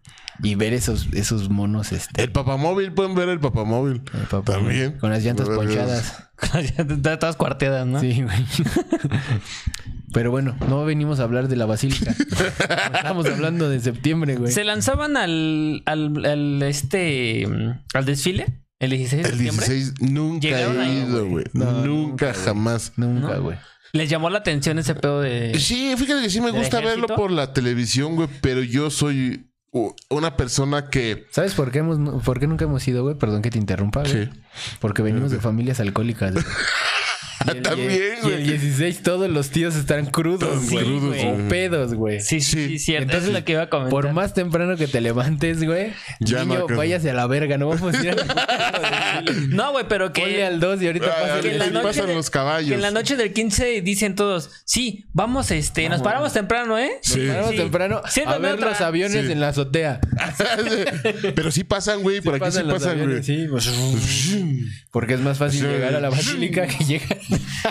Y ver esos, esos monos, este. El papamóvil, pueden ver el papamóvil. eh, papá, También. Con las llantas Vergas. ponchadas. Ya te- te- Todas cuarteadas, ¿no? Sí, güey. Pero bueno, no venimos a hablar de la basílica. Estamos hablando de septiembre, güey. ¿Se lanzaban al, al, al, este, mm, al desfile? ¿El 16 de El septiembre? 16 nunca Llegaron he ahí, ido, güey. No, nunca, nunca, güey. jamás. Nunca, ¿No? güey. ¿Les llamó la atención ese pedo de...? Eh. Sí, fíjate que sí me ¿Del gusta verlo ejército? por la televisión, güey, pero yo soy u- una persona que... ¿Sabes por qué, hemos, por qué nunca hemos ido, güey? Perdón que te interrumpa, güey. Sí. Porque venimos de familias alcohólicas, güey. Y el- Ah, También, Y el güey. 16 todos los tíos están crudos, Todos güey. crudos, o güey. pedos, güey. Sí, sí, Sí. sí, cierto. Entonces, Eso es lo que iba a comentar. Por más temprano que te levantes, güey. Ya niño, no- váyase a la verga, no vamos a ir a No, güey, pero Ponle que, al 2 y ahorita Ah, pasa que el la seis. no- pasan los caballos. que en la noche del 15 dicen todos, sí, vamos, este, nos paramos temprano, ¿eh? Sí. Nos paramos Sí. temprano a Siéntame ver otra. los aviones Sí. en la azotea. Pero sí pasan, güey. Por aquí sí los pasan, güey. aviones, sí, pues, Porque es más fácil Sí. llegar a la basílica que llegar a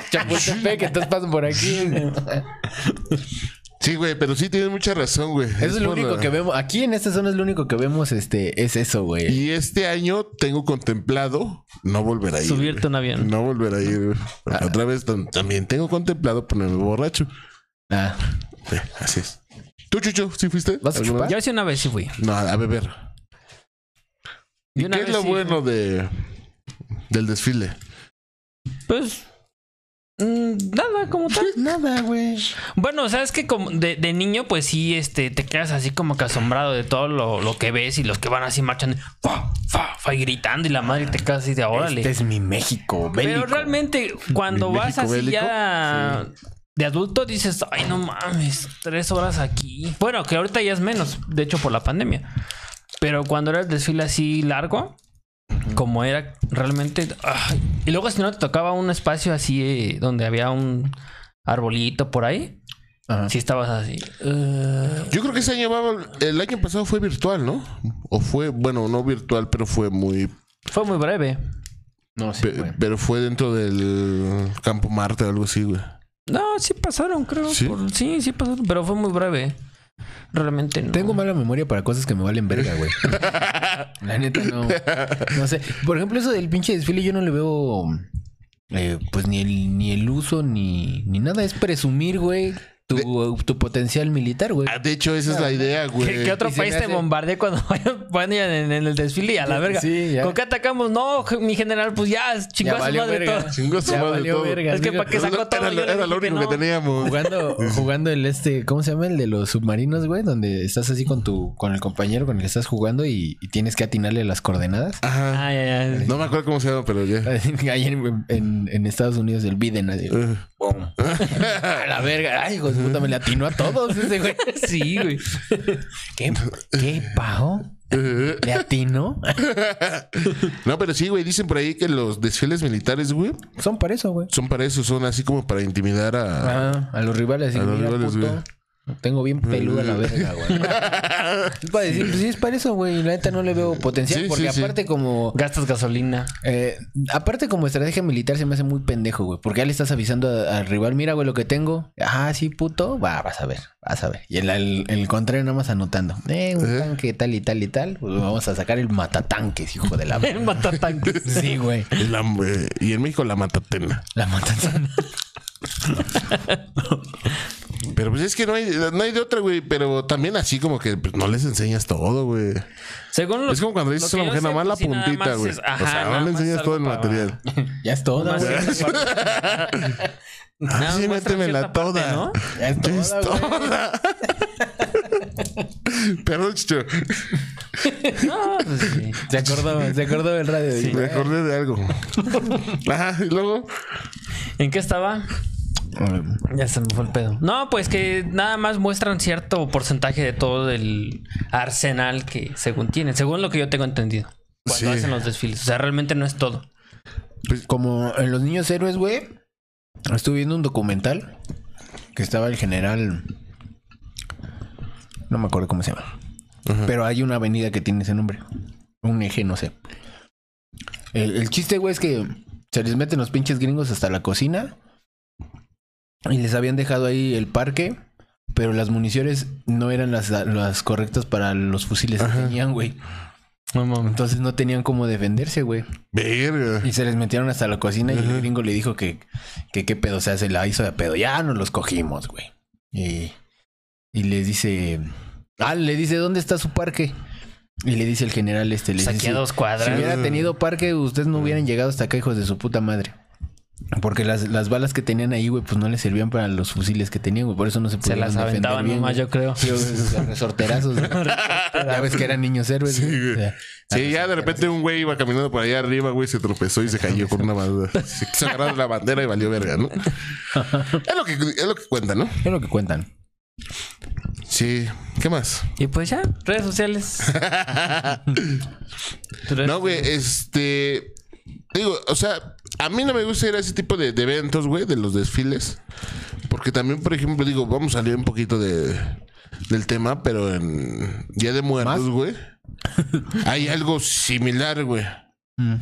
Chapultepec, entonces pasan por aquí. Sí, güey, pero sí tienes mucha razón, güey. Eso es lo por único la- que vemos. Aquí en esta zona es lo único que vemos, este, es eso, güey. Y este año tengo contemplado no volver a ir. Subirte a un güey. avión. No volver a ir. güey. Otra vez tam- también tengo contemplado ponerme borracho. Ah, Sí, así es. ¿Tú, Chucho, sí fuiste? ¿Vas a ¿Alguna chupar? vez? Yo sí una vez sí fui. No, a beber. Y ¿Y una qué es vez lo sí. bueno de del desfile? Pues mm, nada como tal. Nada, güey. Bueno, o sea, es que como de, de niño, pues sí, este, te quedas así como que asombrado de todo lo, lo que ves y los que van así marchando, fa, fa, fa, y gritando y la madre te quedas así de órale. este es mi México, bélico. Pero realmente, cuando Mi vas México así ya de adulto, dices, ay, no mames, tres horas aquí. Bueno, que ahorita ya es menos, de hecho, por la pandemia. Pero cuando era el desfile así largo, como era realmente. ay. Y luego, si no te tocaba un espacio así eh, donde había un arbolito por ahí, Ajá. si estabas así. eh, Yo creo que ese año va a vol- el año pasado fue virtual, ¿no? O fue, bueno, no virtual, pero fue muy fue muy breve. No, sí, pe- güey. pero fue dentro del Campo Marte o algo así, güey. No, sí pasaron, creo. ¿Sí? por- sí, sí pasaron, pero fue muy breve. Realmente no. Tengo mala memoria para cosas que me valen verga, güey. La neta no. No sé. Por ejemplo, eso del pinche desfile yo no le veo eh, pues ni el, ni el uso ni, ni nada. Es presumir, güey, tu, tu potencial militar, güey. Ah, de hecho, esa es la idea, güey. ¿Qué, qué otro Y se país me te hace- bombardea cuando vayan, vayan en, en el desfile y a la verga? Sí, ya. ¿Con qué atacamos? No, je- mi general, pues ya, Ya chingó a su valió madre verga. todo. Chingó su Ya madre valió todo. verga. Es que Digo, para qué sacó todo. Era, Yo lo- le era lo dije único que, no. teníamos. Jugando, jugando el este, ¿cómo se llama? El de los submarinos, güey, donde estás así con tu, con el compañero con el que estás jugando y, y tienes que atinarle las coordenadas. Ajá. Ah, ya, ya. No me acuerdo cómo se llama, pero ya. Ahí en, en- en Estados Unidos el Biden, así. Eh, A la verga, ay, hijo de puta, me le atinó a todos ese güey. Sí, güey. ¿Qué, qué pajo? ¿Le atinó? No, pero sí, güey, dicen por ahí que los desfiles militares, güey, Son para eso, güey. son para eso, son así como para intimidar a... Ah, a los rivales. A y los mira, rivales, puto, Tengo bien peluda la verga, güey. Es para decir, pues sí, es para eso, güey. La neta no le veo potencial. Sí, porque sí, sí. aparte como... Gastas gasolina. eh, aparte como estrategia militar se me hace muy pendejo, güey. Porque ya le estás avisando a- al rival, mira, güey, lo que tengo. Ah, sí, puto. Va, vas a ver, vas a ver. Y el, el, el contrario nada más anotando. Eh, un Ajá. tanque tal y tal y tal. Pues vamos a sacar el matatanques, hijo de la... Mata tanques. sí, güey. La- eh, y en México la matatena. La matanza. Pero pues es que no hay, no hay de otra, güey. Pero también así como que pues, no les enseñas todo, güey. Según lo- Es como cuando dices a lo una que yo mujer, nada sé, más la pues, sí, puntita, nada más güey. O es- ajá, sea, nada no le más enseñas todo el algo para- material. Ah, Ya es todo, Más güey. cierta parte. Nada, sí, muestra métemela cierta parte, toda. ¿no? Ya es Ya es todo, güey. toda. Perdón, chicho. No, pues sí. Se acordó, se acordó del radio. Sí. Me acordé de algo. Ajá, y luego. ¿En qué estaba? Ya se me fue el pedo. No, pues que nada más muestran cierto porcentaje de todo el arsenal que según tienen, según lo que yo tengo entendido. Cuando Sí. hacen los desfiles. O sea, realmente no es todo. Pues, Como en Los Niños Héroes, güey. Estuve viendo un documental que estaba el general. No me acuerdo cómo se llama. Pero hay una avenida que tiene ese nombre. Un eje, no sé. El, el chiste, güey, es que se les meten los pinches gringos hasta la cocina. Y les habían dejado ahí el parque. Pero las municiones no eran las, las correctas para los fusiles que tenían, güey. No mames. Entonces no tenían cómo defenderse, güey. Verga. Y se les metieron hasta la cocina y el gringo le dijo que, que qué pedo, o sea, se la hizo de pedo. Ya nos los cogimos, güey. Y, y les dice, ah, le dice, ¿dónde está su parque? Y le dice el general este, le dice, Saqué Pues a dos si cuadras. hubiera tenido parque, ustedes no hubieran llegado hasta acá, hijos de su puta madre. Porque las, las balas que tenían ahí, güey, pues no les servían para los fusiles que tenían, güey. Por eso no se Se pudieron las aventaban defender bien, nomás, güey. yo creo. Sí, güey, o sea, resorterazos. güey. ya ves que eran niños héroes. Sí, güey. güey. O sea, Sí, ya de repente un güey iba caminando por allá arriba, güey, se tropezó y se cayó con una bandera. Se quiso agarrar la bandera y valió verga, ¿no? Es lo que, es lo que cuenta, ¿no? Es lo que cuentan. Sí. ¿Qué más? Y pues ya, redes sociales. Redes- No, güey, este. Digo, o sea, a mí no me gusta ir a ese tipo de, de eventos, güey, de los desfiles. Porque también, por ejemplo, digo, vamos a salir un poquito de, del tema, pero en Día de Muertos, güey, hay algo similar, güey. Mm.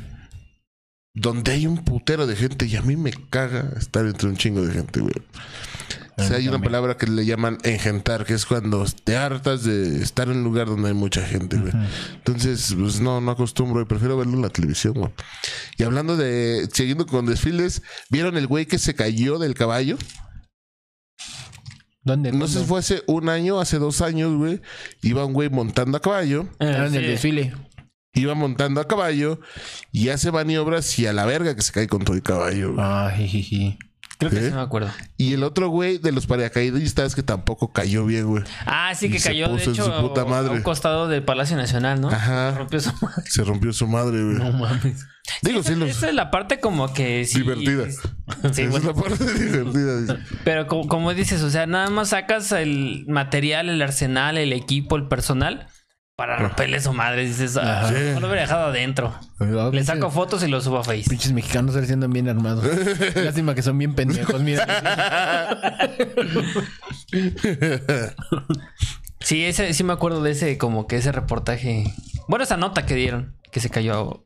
Donde hay un putero de gente y a mí me caga estar entre un chingo de gente, güey. O sea, hay una palabra que le llaman engentar, que es cuando te hartas de estar en un lugar donde hay mucha gente, güey. Entonces, pues no, no acostumbro y prefiero verlo en la televisión, güey. Y hablando de, siguiendo con desfiles, ¿vieron el güey que se cayó del caballo? ¿Dónde? No sé si fue hace un año, hace dos años, güey. Iba un güey montando a caballo, Ah, Era en sí. el desfile. iba montando a caballo y hace maniobras y a la verga que se cae con todo el caballo, güey. Ah, jijiji. Creo que ¿Eh? sí me acuerdo. Y el otro güey de los paracaidistas que tampoco cayó bien, güey. Ah, sí que Y se cayó, de puso en hecho, su "Pues, puta a- a un madre. costado del Palacio Nacional, ¿no? Ajá. Rompió su madre. Se rompió su madre, güey. mames. Digo, Esa- sí, los... Esa es la parte como que sí, Divertida. Sí, Esa es bueno, la parte divertida. dice. Pero como, como dices, o sea, nada más sacas el material, el arsenal, el equipo, el personal para romperle su madre. Dices, ah, Sí. no lo hubiera dejado adentro. Le saco fotos y lo subo a Face. Pinches mexicanos ahora siendo bien armados. Lástima que son bien pendejos, mira. Sí, ese, sí me acuerdo de ese, como que ese reportaje. Bueno, esa nota que dieron, que se cayó.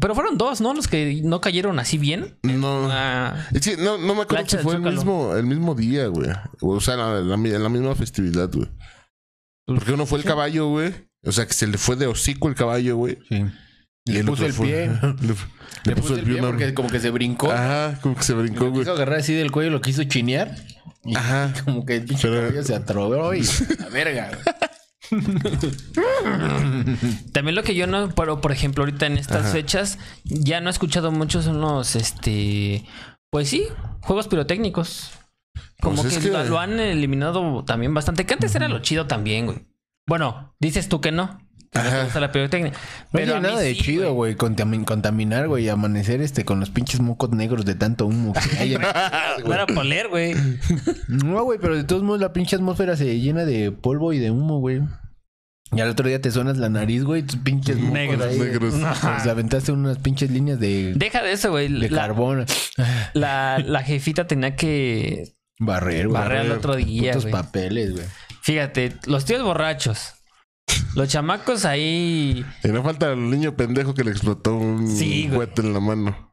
Pero fueron dos, ¿no? Los que no cayeron así bien. No. Ah, Sí, no, no me acuerdo Plancha si del fue el Zócalo. mismo, el mismo día, güey. O sea, la, la, la misma festividad, güey. Pues, Porque uno fue el caballo, güey. O sea, que se le fue de hocico el caballo, güey. Sí. Y Le el puso otro el fue- pie. Le, le Le puso el pie, una- porque como que se brincó. Ajá, como que se brincó, lo güey. quiso agarrar así del cuello, lo quiso chinear. Y Ajá. como que el pinche Pero- caballo se atrobó y la verga. güey. También lo que yo no, pero por ejemplo, ahorita en estas fechas, ya no he escuchado muchos son los, este, pues sí, juegos pirotécnicos. Como Pues es que, que- Lo, lo han eliminado también bastante, que antes era lo chido también, güey. Bueno, dices tú que no. Que no te Ajá. gusta la pirotecnia. Ah. No Pero tiene a mí nada de sí, chido, güey. contami- contaminar, güey. y Amanecer este con los pinches mocos negros de tanto humo que hay. en- No era para leer, güey. No, güey, pero de todos modos la pinche atmósfera se llena de polvo y de humo, güey. Y al otro día te suenas la nariz, güey, tus pinches mocos Negros, ahí, güey. negros. Pues aventaste unas pinches líneas de, Deja de eso, güey. de La, carbón. la, la jefita tenía que Barrer, güey. barrer al otro día, Putos güey. papeles, güey. Fíjate, los tíos borrachos. Los chamacos ahí Y no falta el niño pendejo que le explotó un Sí, güey. cohete en la mano.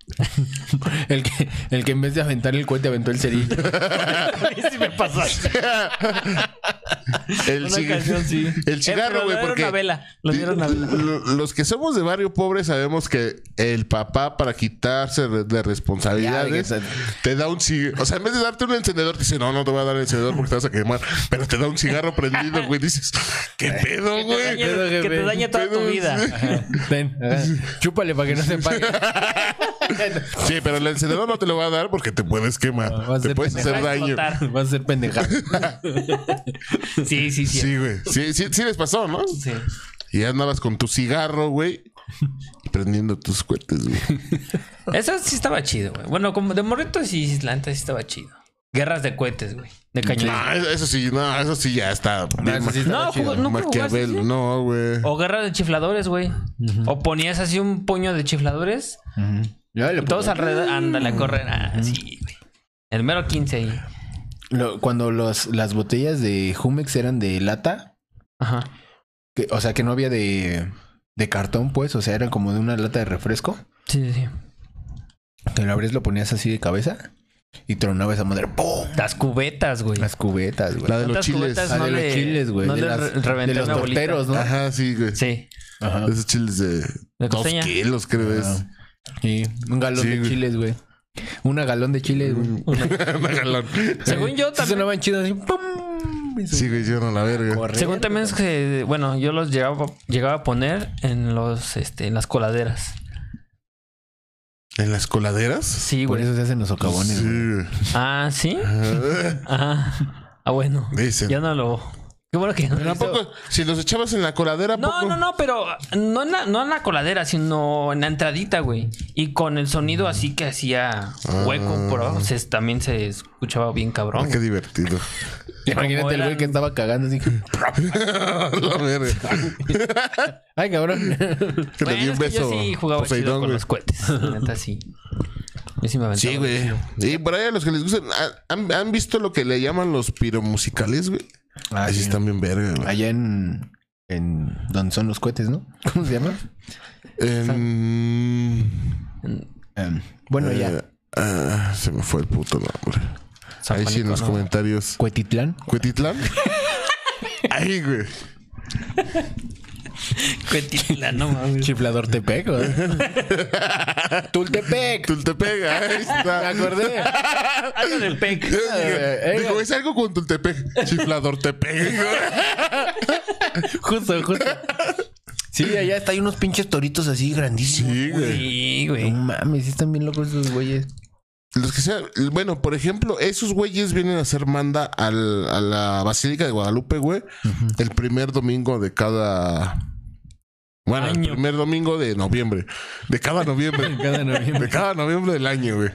El que, el que en vez de aventar el cohete aventó el cerillo. El, Una cigarro, canción, sí. el Eh, pero cigarro, lo güey, dieron porque... a vela. Lo dieron a vela. Lo- Los que somos de barrio pobre sabemos que el papá para quitarse re- de responsabilidades Ya, de que te da un cigarro. O sea, en vez de darte un encendedor, te dice, no, no te voy a dar el encendedor porque te vas a quemar. Pero te da un cigarro prendido, güey. Dices, ¿qué pedo, Que güey? te dañe- que te dañe toda tu Pero- vida. Ten, ajá. chúpale para que no se pague. Sí, pero el encendedor no te lo va a dar porque te puedes quemar. Ah, vas te de puedes hacer pendejo. daño. Explotar. Va a ser pendejada. Sí, sí, sí. Sí, güey. Sí, sí, sí les pasó, ¿no? Sí. Y ya andabas con tu cigarro, güey. y Prendiendo tus cohetes, güey. Eso sí estaba chido, güey. Bueno, como de morrito sí, la neta sí estaba chido. Guerras de cohetes, güey. De cañón. No, Ah, eso eso sí, no, eso sí ya está. bien eso sí ma- estaba No, chido. jugo- nunca jugaste, Maquiavelo, ¿sí? no, güey. O guerra de chifladores, güey. O ponías así un puño de chifladores. Ujú. Ya le Y todos pongo- alrededor. Ándale, Mm. a correr. Ah, sí, güey. El mero 15 ahí. Lo- cuando los, las botellas de Jumex eran de lata, Ajá. que- o sea, que no había de, de cartón, pues, o sea, eran como de una lata de refresco. Sí, sí, sí. Te lo abrías, lo ponías así de cabeza y tronaba esa madre. ¡Pum! Las cubetas, güey. Las cubetas, güey. La de los ¿Cuántas chiles. cubetas Ah, no de los le- chiles, güey. no de, le las- re- de reventé a los mi abuelita? torteros, ¿no? Ajá, sí, güey. Sí. Ajá. Esos chiles de, De dos costeña. kilos, creo es. Ajá. Sí, un galón Sí, de güey. chiles, güey. Una galón de chiles, güey. Una galón. Según yo Sí también. sonaban chidos así. ¡Pum! Y se- Sí, güey, yo no la verga. correr. Según también es que, bueno, yo los llegaba, llegaba a poner en los, este, en las coladeras. ¿En las coladeras? Sí, Por güey. eso se hacen los socavones. güey. Sí. Ah, ¿sí? Ah, ah, bueno. Dicen. Ya no lo... Qué bueno que no Pero lo ¿a hizo. poco? Si los echabas en la coladera, ¿a No, poco? no, no, pero no en, la, no en la coladera, sino en la entradita, güey. Y con el sonido así que hacía hueco, pero se- también se escuchaba bien Ah, cabrón. qué divertido. como Imagínate el güey eran- que estaba cagando así. La verga. Ay, cabrón. Que le di un Bueno, es que beso. Yo sí jugaba Poseidón, chido con güey. los cohetes. La neta, sí. Yo sí me aventaba. Sí, güey. Y por ahí a los que les gustan, ¿ha- ¿han, han visto lo que le llaman los piromusicales, güey? Ah, Así sí. están bien verga, güey. Allá en, en donde son los cohetes, ¿no? ¿Cómo se llama? En- Em, bueno, eh, ya. ah, se me fue el puto nombre. San ahí sí en Juanico, los ¿no? comentarios. Cuetitlán. ¿Cuetitlán? Ahí, güey. Cuetitlán, no mames. Chiflador Tepec, güey. Tultepec. Tultepec, ahí está. Me acordé. Algo del pec. Yo dije, Eh, digo, es algo con Tultepec. Chiflador Tepec. Justo, justo. Sí, allá está. Hay unos pinches toritos así grandísimos. Sí, güey. Sí, No güey. mames, sí están bien locos esos güeyes. Los que sean, bueno, por ejemplo, esos güeyes vienen a hacer manda al- a la Basílica de Guadalupe, güey, el primer domingo de cada. Bueno, el Año. primer domingo de noviembre. De cada noviembre. Cada noviembre. de cada noviembre del año, güey.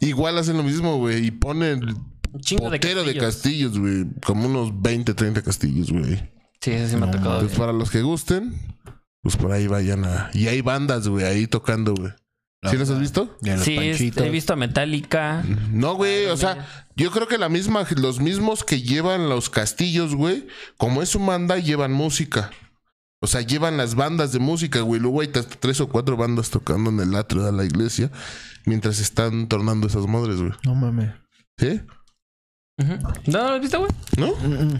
Igual hacen lo mismo, güey, y ponen Un chingo de potero de castillos. castillos, güey. Como unos 20, 30 castillos, güey. Sí, eso sí me ha tocado. Pues para los que gusten, pues por ahí vayan a. Y hay bandas, güey, ahí tocando, güey. ¿Sí los has visto? Ya los Sí, panchitos. he visto a Metallica. No, güey, o sea, yo creo que la misma, los mismos que llevan los castillos, güey, como es su banda, llevan música. O sea, llevan las bandas de música, güey. Luego hay hasta tres o cuatro bandas tocando en el atrio de la iglesia mientras están tornando esas madres, güey. No mames. ¿Sí? Ujú. ¿No lo has visto, güey? ¿No? Mm, mm.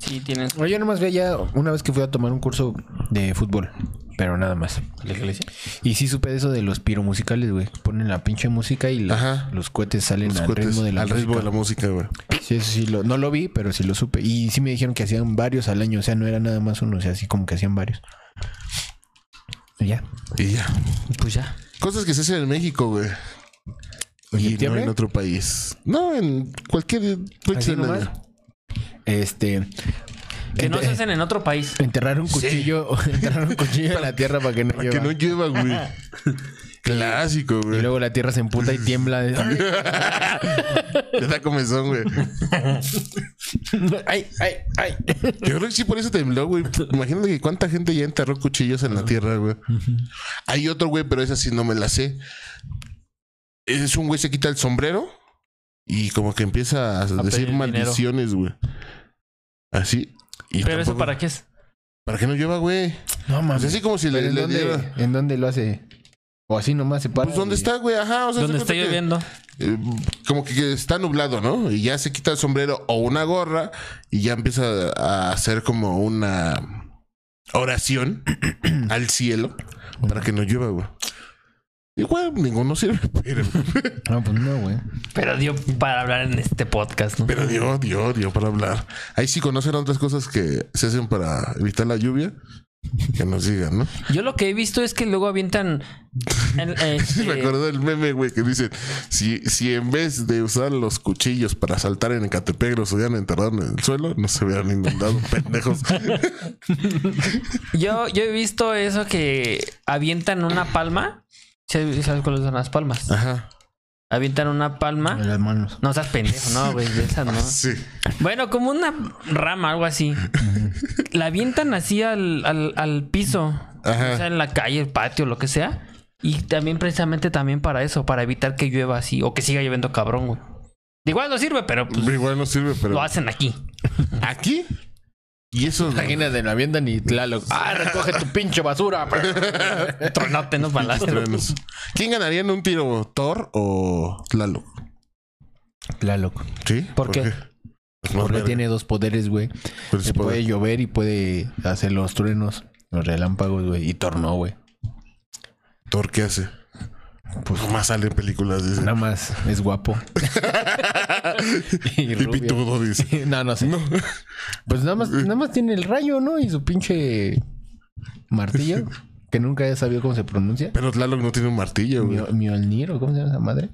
Sí, tienes. Oye, Yo nomás vi allá una vez que fui a tomar un curso de fútbol, pero nada más. ¿La iglesia? Y sí supe de eso de los piromusicales, güey. Ponen la pinche música y la- Ajá. los cohetes salen Los al cohetes, ritmo de la al música. ritmo de la música, güey. Sí, eso sí lo- no lo vi, pero sí lo supe. Y sí me dijeron que hacían varios al año, o sea, no era nada más uno, o sea, así como que hacían varios. Y ya. Y ya. Pues ya. Cosas que se hacen en México, güey. ¿En Y no septiembre? en otro país. No, en cualquier Así fecha del nomás. año. Este. Que no enter- se hacen en otro país. Enterrar un cuchillo, enterrar un cuchillo en la tierra para que no Que no lleva, llueva. güey. Clásico, Y güey. luego la tierra se emputa y tiembla. de- Ya da comezón, güey. ay, ay, ay. Yo creo que sí por eso tembló, güey. Imagínate que cuánta gente ya enterró cuchillos en la tierra, güey. Hay otro, güey, pero esa sí no me la sé. Es un güey se quita el sombrero y como que empieza a, decir pedir maldiciones, güey. Así. Y Pero eso tampoco- para qué es. ¿Para que no lleva, güey? No O mames. sea, Pues así como si Pero le, ¿en, le dónde, diera- ¿En dónde lo hace? O así nomás se para. Pues dónde y- está, güey, ajá. O sea, Donde se cuenta está que- lloviendo. eh, como que está nublado, ¿no? Y ya se quita el sombrero o una gorra y ya empieza a hacer como una oración al cielo para que no llueva, güey. Y, güey, ninguno sirve, pero, No, pues no, güey. Pero dio para hablar en este podcast, ¿no? pero dio, dio, dio para hablar. Ahí sí conocen otras cosas que se hacen para evitar la lluvia. Que nos digan, ¿no? Yo lo que he visto es que luego avientan. en- eh, Sí, me eh, acuerdo del meme, güey, que dice: si, si en vez de usar los cuchillos para saltar en Ecatepec los hubieran enterrado en el suelo, no se hubieran inundado, pendejos. Yo, yo he visto eso que avientan una palma. ¿Sí ¿Sabes cuáles son las palmas? Ajá. Avientan una En Ah. palma. las manos. No seas pendejo, no, güey, de esas no. Sí. Bueno, como una rama, algo así. La avientan así al, al, al piso. Ajá. O sea, en la calle, el patio, lo que sea. Y también precisamente también para eso, para evitar que llueva así o que siga lloviendo cabrón, güey. De Igual no sirve, pero pues, Igual no sirve, pero. lo hacen aquí. ¿Aquí? Y eso. Imagínate, no avientan y Tlaloc. ¡Ah, recoge tu pinche basura! Tronote, no balazo. Truenos. ¿Quién ganaría en un tiro, Thor o Tlaloc? Tlaloc. ¿Sí? ¿Por qué? Pues más Porque verga. tiene dos poderes, güey. Pero sí Se puede. puede llover y puede hacer los truenos, los relámpagos, güey. Y tornó, güey. ¿Thor qué hace? Pues Pues- nomás sale en películas. Dice. Nada más es guapo. y y rubio. pitudo, dice. No, no sé. Pues nada más, nada más tiene el rayo, ¿no? Y su pinche martillo. que nunca he sabido cómo se pronuncia. Pero Tlaloc no tiene un martillo, güey. Mio- Mjolnir o cómo se llama esa madre.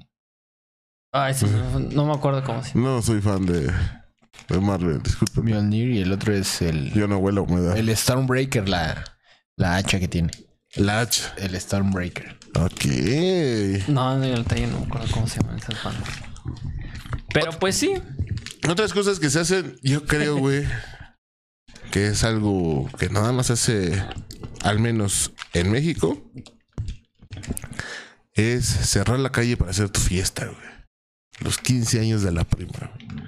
Ay, sí, no, no me acuerdo cómo se No soy fan de, de Marvel, discúlpeme. Mjolnir y el otro es el, Yo no huelo humedad. el Stormbreaker, la, la hacha que tiene. La hacha. El Stormbreaker. Ok. No, no, yo ahorita yo no me acuerdo cómo se llaman esas bandas. Pero pues sí. Otras cosas que se hacen, yo creo, güey, que es algo que nada más se hace, al menos en México, es cerrar la calle para hacer tu fiesta, güey. Los 15 años de la prima. güey.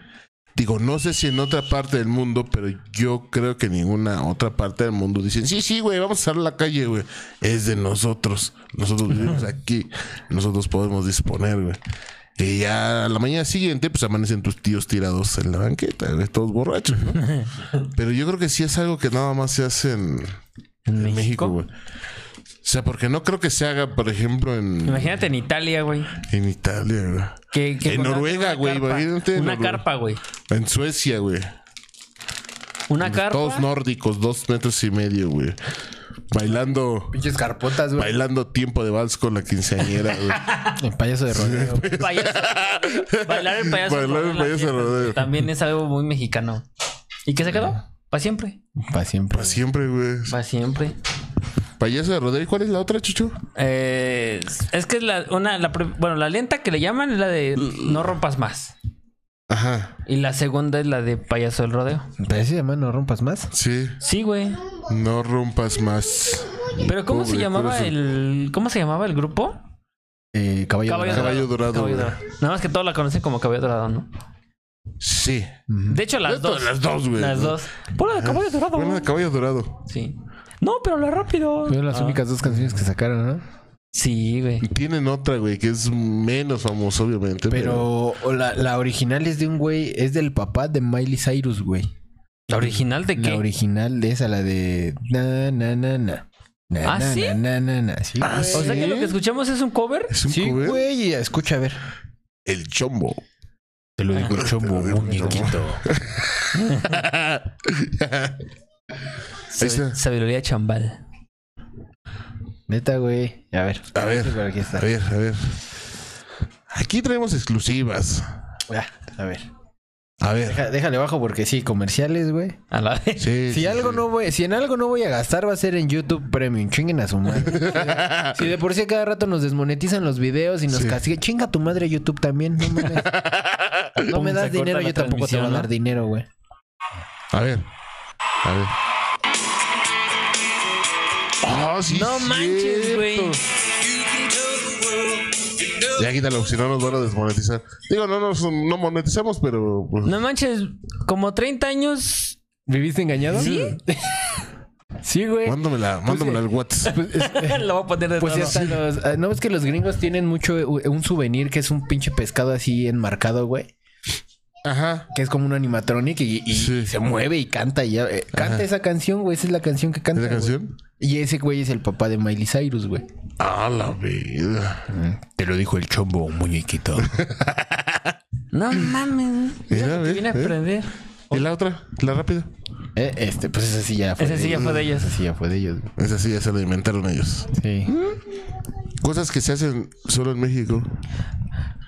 Digo, no sé si en otra parte del mundo, pero yo creo que en ninguna otra parte del mundo dicen, sí, sí, güey, vamos a cerrar la calle, güey. Es de nosotros. Nosotros vivimos aquí. Nosotros podemos disponer, güey. Y ya a la mañana siguiente, pues amanecen tus tíos tirados en la banqueta, güey, todos borrachos, ¿no? Pero yo creo que sí es algo que nada más se hace en, ¿En en México, México? güey. O sea, porque no creo que se haga, por ejemplo, en, Imagínate en Italia, güey. en Italia, güey. Que, que En contraten Noruega, una güey, carpa. imagínate en Una Noruega. carpa, güey. En Suecia, güey. Una carpa. Pues Todos nórdicos, dos metros y medio, güey. Bailando, Pinches carpotas, güey. bailando tiempo de vals con la quinceañera, güey. El payaso de rodeo. Payaso. Bailar el payaso. Bailar el en la payaso fiesta. rodeo. También es algo muy mexicano. ¿Y qué se quedó? Para siempre. Para siempre. Para siempre, güey. Para siempre. Payaso de rodeo. ¿Y cuál es la otra, Chucho? Eh, es que es la, una, la, prim- bueno, la lenta que le llaman es la de No rompas más. Ajá. Y la segunda es la de Payaso del Rodeo. Pero sí, además no rompas más. Sí. Sí, güey. No rompas más. Pero ¿cómo se Pobre llamaba corazón. el. ¿Cómo se llamaba el grupo? Eh, caballo, Caballo dorado. Caballo Dorado, Caballo güey. Dorado. Nada más que todos la conocen como Caballo Dorado, ¿no? Sí. Ujú. De hecho, las Yo to- dos. las dos, güey. Las dos. Pura de Caballo Dorado. Bueno, de caballo dorado. Sí. No, pero la rápido. Fueron las Ah. únicas dos canciones que sacaron, ¿no? Sí, güey. Y tienen otra, güey, que es menos famosa, obviamente. Pero o la, la original es de un güey, es del papá de Miley Cyrus, güey. ¿La original de La qué? original de esa, la de na na na na. Na, ¿Ah, na, sí? na, na, na, na. Sí, Ah, güey. o sea que lo ¿Sí? que escuchamos es un cover. Es un Sí, cover. güey, escucha a ver. El chombo. Te lo digo, chombo, muñequito. Ahí Sab- está. Sabiduría chambal. Neta, güey. A ver. A ver, Por aquí está. a ver, a ver. Aquí traemos exclusivas. Ah, a ver. A ver. Deja- déjale bajo porque sí, comerciales, güey. A la vez. Sí, Si sí, algo sí. no voy, si en algo no voy a gastar va a ser en YouTube Premium. Chinguen a su madre. Si de por sí a cada rato nos desmonetizan los videos y nos Sí. castigan, chinga tu madre YouTube también. No, mames. No me Pum, se das dinero, corta la yo tampoco te voy a transmisión, ¿no? dar dinero, güey. A ver. A ver. Ah, sí, No es manches, güey. cierto. Ya quítalo, si no nos van a desmonetizar. Digo, no nos no monetizamos, pero. pues, No manches, como 30 años. ¿Viviste engañado? ¿Sí? sí, güey. Mándamela, mándamela al WhatsApp. Pues, es- Lo voy a poner de pues todo. hasta los. ah, No ves que los gringos tienen mucho eh, un souvenir que es un pinche pescado así enmarcado, güey. Ajá. Que es como un animatronic y, y Sí. se mueve y canta. Y ya, eh, canta Ajá. esa canción, güey. Esa es la canción que canta. ¿Es la güey. canción? Y ese güey es el papá de Miley Cyrus, güey. A la vida. Te lo dijo el chombo, muñequito. No mames. Mira, Mira, ve, vine a ve. aprender. ¿Y la otra? ¿La rápida? Eh, este, pues esa sí ya fue. Esa sí ya fue de ellos. Esa sí ya fue de ellos. güey. Esa sí, ya se la inventaron ellos. Sí. Cosas que se hacen solo en México.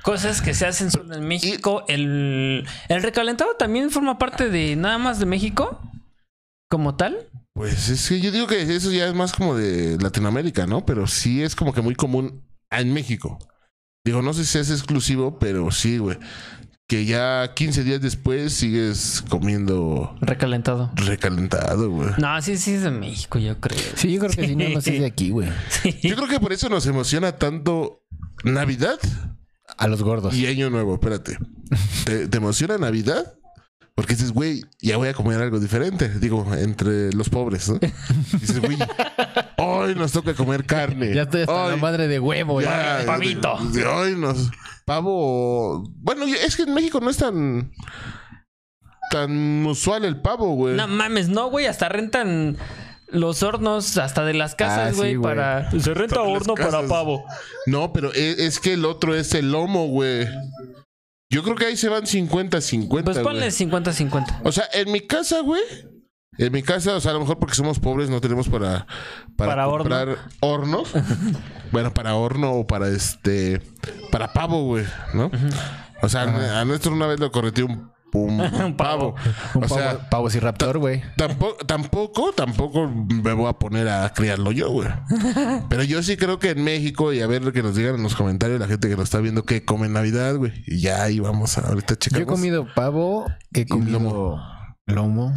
Cosas que se hacen solo en México. El, el recalentado también forma parte de nada más de México. Como tal. Pues es que yo digo que eso ya es más como de Latinoamérica, ¿no? Pero sí es como que muy común en México. Digo, no sé si es exclusivo, pero sí, güey. Que ya 15 días después sigues comiendo Recalentado. recalentado, güey. No, sí, sí es de México, yo creo. Sí, yo creo que sí, nada más es de aquí, güey. Sí. Yo creo que por eso nos emociona tanto Navidad A los gordos. y Año Nuevo. Espérate. ¿Te, te emociona Navidad? Porque dices, güey, ya voy a comer algo diferente. Digo, entre los pobres, ¿no? Dices, güey, hoy nos toca comer carne. Ya estoy hasta la Hoy madre de huevo, Ya, ya. pavito. de- de hoy nos- Pavo. Bueno, es que en México no es tan. tan usual el pavo, güey. No mames, no, güey. Hasta rentan los hornos hasta de las Ah, casas, sí, güey, güey. para. Se renta Todas las horno para casas. pavo. No, pero es, es que el otro es el lomo, güey. Yo creo que ahí se van 50-50. Pues güey. ponle 50-50. O sea, en mi casa, güey, En mi casa, o sea, a lo mejor porque somos pobres no tenemos para, para, Para horno. comprar hornos. bueno, para horno o para este. Para pavo, güey, ¿no? O sea, a nuestro una vez lo correteó un, un, Un pavo. pavo. Un O pavo, sea, pavos y raptor, güey. Tampoco, tampoco, tampoco me voy a poner a criarlo yo, güey. Pero yo sí creo que en México, y a ver lo que nos digan en los comentarios la gente que nos está viendo que come en Navidad, güey. Y ya ahí vamos a ahorita Yo checar. he comido pavo, he comido lomo. lomo.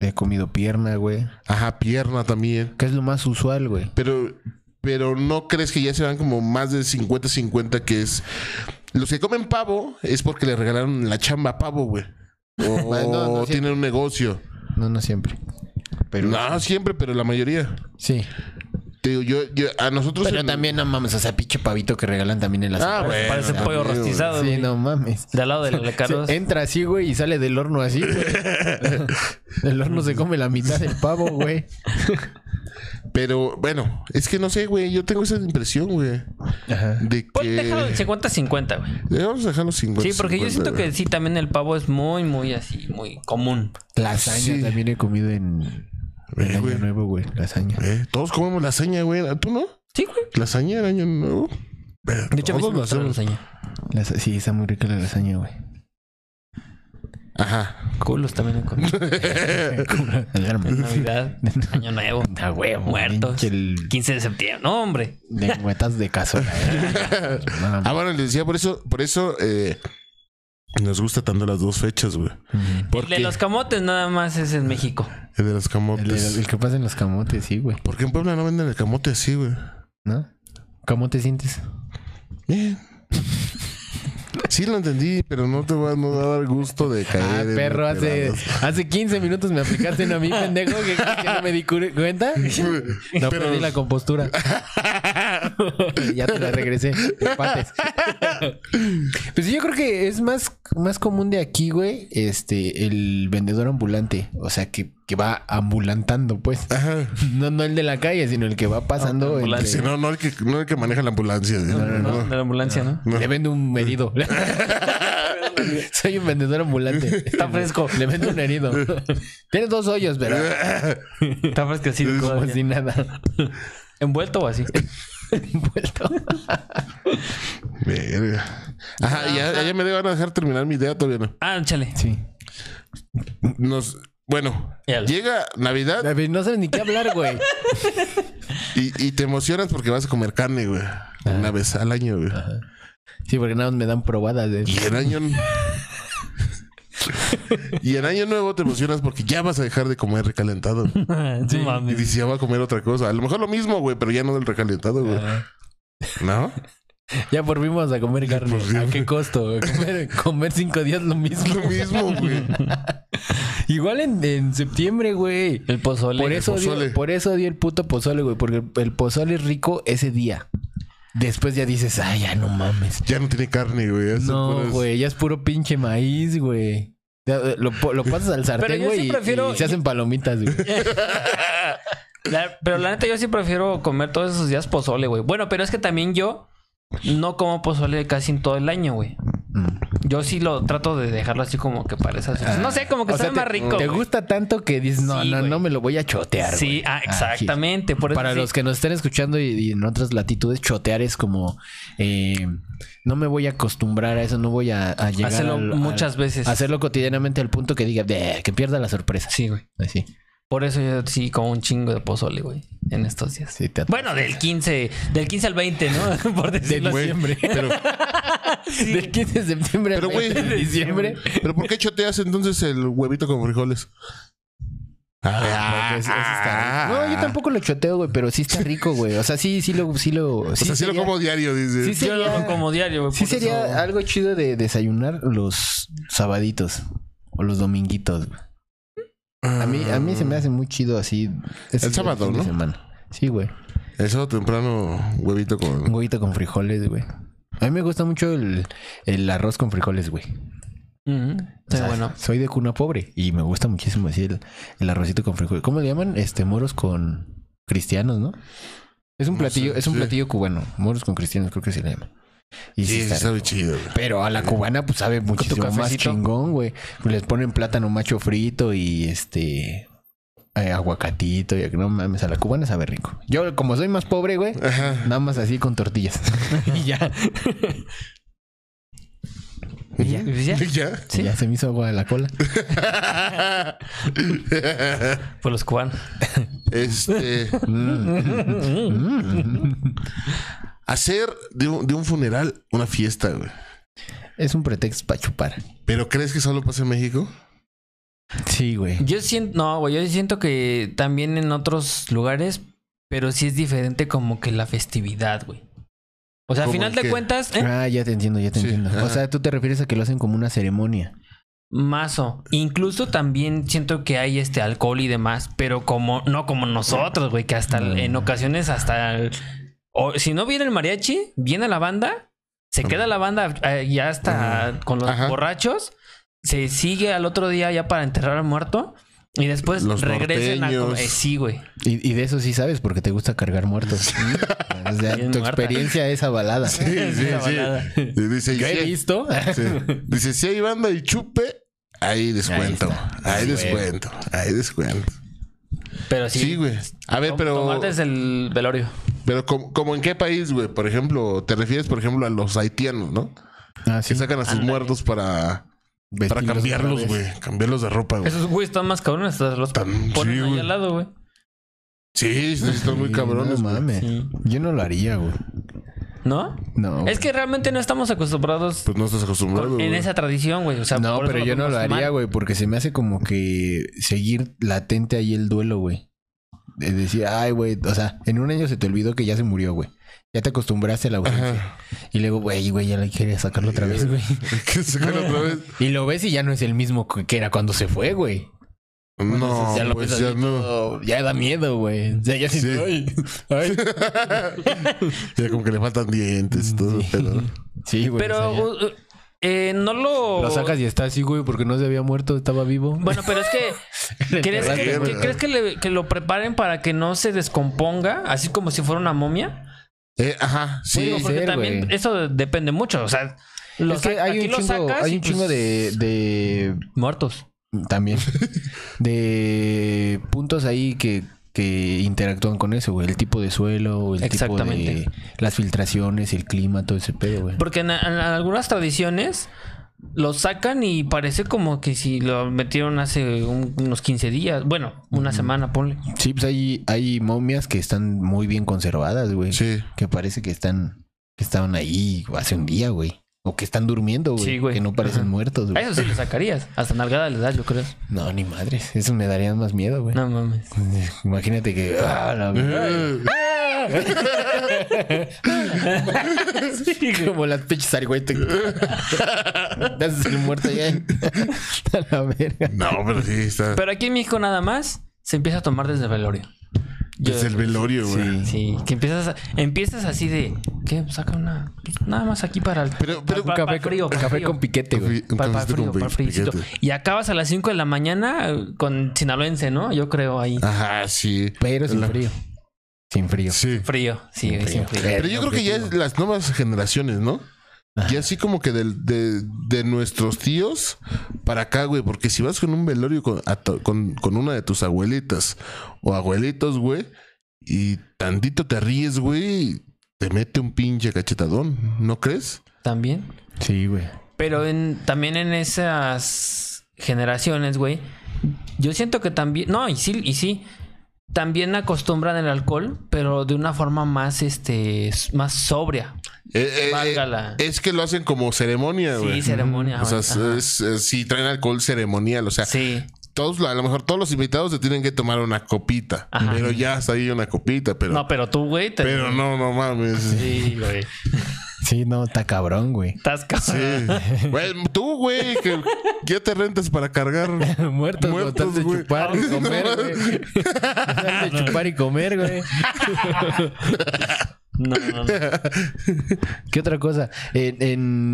he comido pierna, güey. Ajá, pierna también. Que es lo más usual, güey. Pero, pero no crees que ya se van como más de 50-50 que es. Los que comen pavo es porque le regalaron la chamba a pavo, güey. O Bueno, no, no, sí. tienen un negocio. No, no siempre. Pero no, siempre, pero la mayoría. sí. Te digo, yo, yo- a nosotros. Pero en- también no mames, o sea, pinche pavito que regalan también en las Ah, empresas. bueno, Parece también, pollo güey. rostizado. Sí, güey. no mames. De al lado de la Carlos. Sí, entra así, güey, y sale del horno así, güey. El horno se come la mitad del pavo, güey. Pero bueno, es que no sé, güey. Yo tengo esa impresión, güey. Ajá. De Pon- Pues Déjalo en que. Eh, 50-50, güey. Debemos dejar los 50. Sí, porque 50, yo siento que Pues güey. sí, también el pavo es muy, muy así, muy común. Lasaña Sí. también he comido en, en Eh, Año güey. Nuevo, güey. Lasaña. Eh, Todos comemos lasaña, güey. ¿Tú no? Sí, güey. ¿Lasaña el año nuevo? Pero De hecho, a mí sí todos me lo gusta la hacemos. lasaña. Lasa- sí, está muy rica la lasaña, güey. Ajá. Culos también he comido. Alarma. Navidad, Año Nuevo, A huevo, Ah, muertos. pinche el- 15 de septiembre. No, hombre. Lengüetas de cazuela. güey. No mames. Ah, bueno, les decía, por eso, por eso eh, nos gusta tanto las dos fechas, güey. Ujú. El de Porque los camotes nada más es en México. el de los El, de- camotes. el que pasa en los camotes, sí, güey. ¿Por qué en Puebla no venden el camote así, güey? ¿No? ¿Cómo te sientes? Bien. Sí, lo entendí, pero no te va, no va a dar gusto de caer. Ah, en perro, hace, operados. hace 15 minutos me aplicaste una a mí, pendejo, que, que no me di cu- cuenta. Pero- No perdí la compostura. Y ya te la regresé. Empates. Pues yo creo que es más, más común de aquí, güey, este, el vendedor ambulante. O sea, que, que va ambulantando, pues. Ajá. No, no el de la calle, sino el que va pasando. Ambulante. Sí, entre- no, no el que, no el que maneja la ambulancia. güey. ¿no? De la ambulancia, ¿no? No. Le vendo un herido. Soy un vendedor ambulante. Está fresco. Le vendo un herido. Tiene dos hoyos, pero Está fresquecito. como todavía. si nada. ¿Envuelto o así? Envuelto. Verga. Ajá, ya, ya me van a dejar terminar mi idea todavía no. Ah, chale. Sí. Nos, bueno, Ya lo- llega A Navidad ver, No sabes ni qué hablar, güey. y, y te emocionas porque vas a comer carne, güey. Ah. Una vez al año, güey. Sí, porque nada más me dan probadas. de- Y en año. y en año nuevo te emocionas porque ya vas a dejar de comer recalentado. No Y mames. dices, ya voy a comer otra cosa. A lo mejor lo mismo, güey, pero ya no del recalentado, güey. ¿No? Ya por fin vamos a comer carne. por fin. ¿A qué costo? güey? Comer, comer cinco días lo mismo. Lo mismo, güey. Igual en, en septiembre, güey. El pozole. Por eso, pozole. dio, por eso dio el puto pozole, güey. Porque el pozole es rico ese día. Después ya dices, ay, ya no mames. Ya no tiene carne, güey. Eso No, puras- güey, ya es puro pinche maíz, güey. Ya, eh, Lo, po- lo pasas al sartén, yo sí güey, y- prefiero- y se hacen palomitas, güey. La- pero la neta, yo sí prefiero comer todos esos días pozole, güey. Bueno, pero es que también yo no como pozole casi en todo el año, güey. Yo sí lo trato de dejarlo así como que para esas fechas. Pues No sé, como que Ah, O sea, sabe más te- rico. Te güey. gusta tanto que dices, no, Sí, no, güey. no me lo voy a chotear. Sí, güey. ah, Aquí. exactamente. por eso Para sí. los que nos estén escuchando y, y en otras latitudes, chotear es como, eh, no me voy a acostumbrar a eso, no voy a, a llegar Hacerlo al- al- muchas veces. Hacerlo cotidianamente al punto que diga, "Bleh", que pierda la sorpresa. Sí, güey. Así. Por eso yo sí como un chingo de pozole, güey, en estos días. Sí, te- Bueno, del 15, del 15 al 20, ¿no? Por decirlo Güey, así. Pero, Sí. Del 15 de septiembre al Pero, güey. 20 de diciembre. pero ¿por qué choteas entonces el huevito con frijoles? Ah, Porque es- Ah, pues, eso está rico. No, yo tampoco lo choteo, güey, pero sí está rico, güey. O sea, sí, sí lo, sí lo. O sea, sí lo sería- como diario, dice. Sí, Yo lo sería- hago como diario, güey. Sí por sería eso- algo chido de desayunar los sabaditos o los dominguitos. güey. A mí, a mí se Ah, me hace muy chido así. ese El sábado, fin de ¿no? semana. Sí, güey. El sábado temprano, huevito Un con. huevito con frijoles, güey. A mí me gusta mucho el, el arroz con frijoles, güey. O Ujú, está sea, bueno. Soy de cuna pobre y me gusta muchísimo así el, el arrocito con frijoles. ¿Cómo le llaman? Este, moros con cristianos, ¿no? Es un No platillo, sé, es un sí. platillo cubano. Moros con cristianos, creo que se le llama. Y sí Sí, está sí, sabe chido. güey. Pero a la cubana, pues sabe muchísimo más cafecito. chingón, güey. Les ponen plátano macho frito y este. eh, aguacatito y a que no mames, a la cubana sabe rico. Yo, como soy más pobre, güey, nada más así con tortillas. y ya. Y ya, pues ya. ¿Eh? ¿Ya? Sí, Ya se me hizo agua de la cola. por Pues los cubanos. Este. Mm. Hacer de un, de un funeral una fiesta, güey. Es un pretexto para chupar. ¿Pero crees que solo pasa en México? Sí, güey. Yo siento, no, güey, yo siento que también en otros lugares, pero sí es diferente como que la festividad, güey. O sea, al ¿Cómo final en de qué? cuentas, ¿eh? Ah, ya te entiendo, ya te Sí, entiendo. ajá. O sea, tú te refieres a que lo hacen como una ceremonia. mazo. Incluso también siento que hay este alcohol y demás, pero como no como nosotros, güey, que hasta el- en ocasiones hasta el- o, si no viene el mariachi, viene la banda, se queda la banda eh, ya hasta con los Ajá. borrachos, se sigue al otro día ya para enterrar al muerto y después Los regresen a norteños. comer. sí, güey. Y, y de eso sí sabes porque te gusta cargar muertos. O sea, Bien tu muerta. experiencia es avalada. Sí, sí, Una balada. sí. Y Dice, Yo he sí, Ah, visto. sí. Dice, si hay banda y chupe, hay descuento. está. Hay Sí, güey. descuento. Hay descuento. Pero sí, Sí, güey. A ver, tom- pero. tomarte es el velorio. Pero como, como en qué país, güey. Por ejemplo, te refieres, por ejemplo, a los haitianos, ¿no? Ah, sí. Que sacan a sus muertos para, para Vestirlos cambiarlos, otra vez. güey. Cambiarlos de ropa, güey. Esos güeyes están más cabrones, hasta los Tan- ponen sí, ahí güey. al lado, güey. Sí, sí, están muy Sí, cabrones, No güey. mames. Sí. Yo no lo haría, güey. ¿No? No. Es que realmente no estamos acostumbrados Pues no estás acostumbrado, con- en güey. esa tradición, güey. O sea, no, por eso pero yo no lo tomamos haría, mal. güey, porque se me hace como que seguir latente ahí el duelo, güey. Es decir, ay, güey, o sea, en un año se te olvidó que ya se murió, güey. Ya te acostumbraste a la ausencia. Ajá. Y luego, güey, güey, ya le quería sacarlo otra vez, güey. Que sacan otra vez. Y lo ves y ya no es el mismo que que era cuando se fue, güey. No, Entonces, ya lo pues ves ya así no. todo- ya da miedo, güey. O sea, ya Sí. sí. Ay, ay. Ya como que le faltan dientes y todo. Sí. Pero... Sí, güey. Pero o sea, ya. uh, uh, eh, no lo. lo sacas y está así, güey, porque no se había muerto, estaba vivo. Bueno, pero es que. ¿Crees, que, enterraste, que- güey. ¿crees que, le- que lo preparen para que no se descomponga? Así como si fuera una momia. Eh, ajá, sí. Digo, porque ser, también güey. eso depende mucho. O sea, lo Es que sac- hay aquí un lo chingo, sacas hay y, un chingo pues, de, de Muertos. también de puntos ahí que, que interactúan con eso, güey. El tipo de suelo, el Exactamente. tipo de las filtraciones, el clima, todo ese pedo, güey. Porque en, en algunas tradiciones lo sacan y parece como que si lo metieron hace un- unos 15 días. Bueno, una semana, ponle. Sí, pues hay, hay momias que están muy bien conservadas, güey. Sí. Que parece que están, que estaban ahí hace un día, güey. O que están durmiendo, güey. Sí, güey. Que no parecen Ajá. muertos, A güey. eso sí le sacarías. Hasta nalgada le das, yo creo. No, ni madres. Eso me daría más miedo, güey. No mames. Imagínate que. ah, la verga. Como las pinches argüetes. Das el muerto ya. A la verga. No, pero sí está. Pero aquí en México nada más se empieza a tomar desde el velorio. Yo- es el velorio, güey. Sí, que empiezas, a- empiezas así de... ¿Qué? Saca una... Nada más aquí para el... Pero- pero- pa- pa- Café, pa- frío, pa- café frío. con piquete, güey. Pa- pa- Entonces, este, frío, con pa- friecito. piquete. Y acabas a las 5 de la mañana eh, con sinaloense, ¿no? Yo creo ahí. Ajá, sí. Pero sin La- frío. Sin frío. Sí. Frío, sí, güey, sí, frío. Pero yo creo que ya es las nuevas generaciones, ¿no? Y así como que del- de, de nuestros tíos para acá, güey. Porque si vas con un velorio con, a to- con- con una de tus abuelitas o abuelitos, güey, y tantito te ríes, güey, te mete un pinche cachetadón, ¿no crees? También. Sí, güey. Pero en, también en esas generaciones, güey, yo siento que también, no, y sí, y sí, también acostumbran el alcohol, pero de una forma más, este, s- más sobria. Eh, eh, Válgala. eh, es que lo hacen como ceremonia, Sí, güey. ceremonia, O sea, ajá. es- es- sí traen alcohol ceremonial. O sea, Sí, todos, a lo mejor todos los invitados se tienen que tomar una copita. Ajá. Pero ya está ahí una copita, pero. no, pero tú, güey, te- pero no, no mames. Sí. Sí, güey, Sí, no, está cabrón, güey. estás cabrón. Güey, tú, güey, que ya te rentas para cargar. Muertos, Muertos, Muertos de güey. chupar y comer, güey. Botas de chupar y comer, güey. No, no, no. ¿Qué otra cosa? En,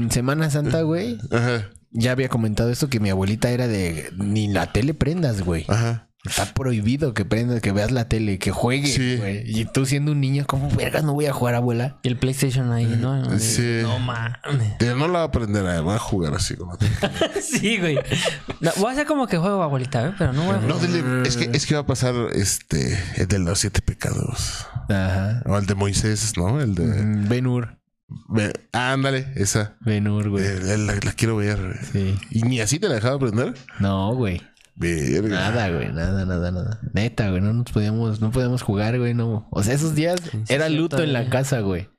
en Semana Santa, güey, Ajá, ya había comentado esto que mi abuelita era de ni la tele prendas, güey. ajá. Está prohibido que prendas, que veas la tele, que juegues, Sí. güey. Y tú siendo un niño, ¿cómo vergas no voy a jugar, abuela? Y el PlayStation ahí, ¿no? Eh, Sí. No mames. Yo no la va a aprender a, va a jugar así. como- sí, güey. No, voy a hacer como que juego, abuelita, ¿eh? Pero no voy a No, jugar. dile, es que, es que va a pasar este, el de los siete pecados. Ajá. O el de Moisés, ¿no? El de. Mm, Benur. Ve- ah, ándale, esa. Benur, güey. Eh, La, la- la quiero ver. Sí. Y ni así te la dejaba aprender. No, güey. Verga. Nada, güey, nada, nada, nada. Neta, güey, no nos podíamos, no podíamos jugar, güey, no. O sea, esos días era cierto, luto en la güey. casa, güey.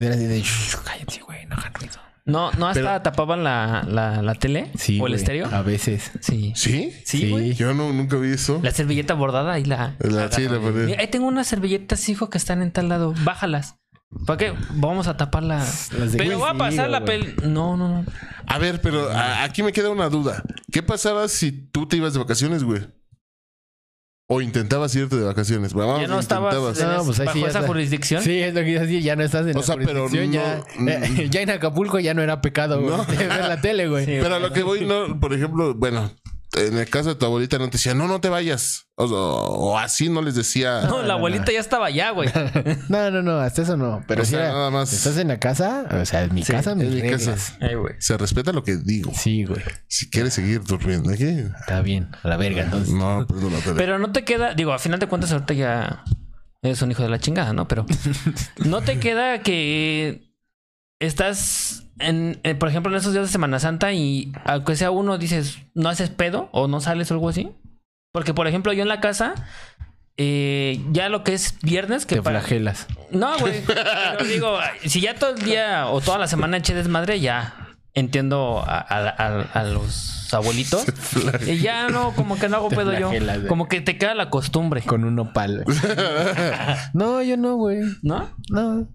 Era así de, "Shh, cállate, güey, no hagan ruido". No, no hasta Pero- Ah. tapaban la, la, la tele Sí, o el güey, estéreo. A veces. Sí. ¿Sí? Sí, güey. Yo no, nunca vi eso. La servilleta bordada y la. La- sí, la pared. Mira, ahí tengo unas servilletas, hijo, que están en tal lado. Bájalas. ¿Para qué? Vamos a tapar la. Las de Pero va a Güey, sí, pasar la güey. pel. No, no, no. A ver, pero a- aquí me queda una duda. ¿Qué pasaba si tú te ibas de vacaciones, güey? O intentabas irte de vacaciones. güey, Vamos, ya no estabas intentabas. en No, es- pues ahí sí bajo ya esa está. jurisdicción. Sí, es lo que yo decía, ya no estás en O la sea, pero jurisdicción, no- mm. ya, eh, ya en Acapulco ya no era pecado, güey. No. Ver la tele, güey. Pero a lo que voy, no, por ejemplo, bueno, en el caso de tu abuelita no te decía, no, no te vayas. O, o así no les decía. No, la abuelita ya estaba allá, güey. No, no, no, hasta eso no. Pero O si sea, era, nada más. estás en la casa, o sea, en mi Sí, casa, en mis mi casa. reglas. Ay, güey. Se respeta lo que digo. Sí, güey. Si quieres seguir durmiendo aquí. Está bien, a la verga, entonces. No, perdón, la tele. Pero no te queda, digo, a final de cuentas ahorita ya eres un hijo de la chingada, ¿no? Pero no te queda que estás en, en- por ejemplo, en esos días de Semana Santa y aunque sea uno dices, no haces pedo o no sales o algo así. Porque, por ejemplo, yo en la casa, eh, ya lo que es viernes, que Te para- flagelas. No, güey. Pero digo, si ya todo el día o toda la semana eché desmadre, ya entiendo a, a- a- a los abuelitos. Y ya no, como que no hago Te pedo yo. flagelas, güey. Como que te queda la costumbre, Con un opal. güey. no, yo no, güey. ¿no? No.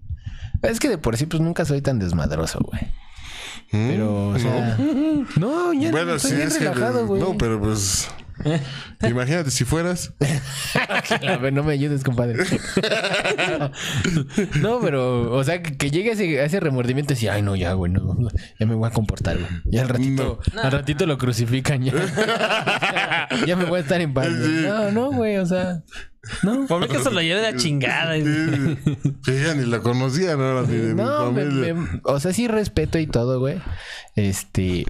Es que de por sí, pues nunca soy tan desmadroso, güey. Mm, Pero, o sea. No, ya Bueno, no, estoy sí, bien es que- relajado, güey. No, pero pues. Imagínate si fueras. A ver, no me ayudes, compadre. no, pero, o sea, que, que llegue ese, a ese remordimiento y decir, ay, no, ya, güey, no, ya me voy a comportar, güey. Ya al ratito, al ratito lo crucifican ya. ya me voy a estar en paz. güey. Sí. No, no, güey, o sea, no. Por mí que se lo lleve la chingada. Que ya ni la conocía, ¿no? Ni de mi No, me- familia. me- o sea, sí respeto y todo, güey. Este,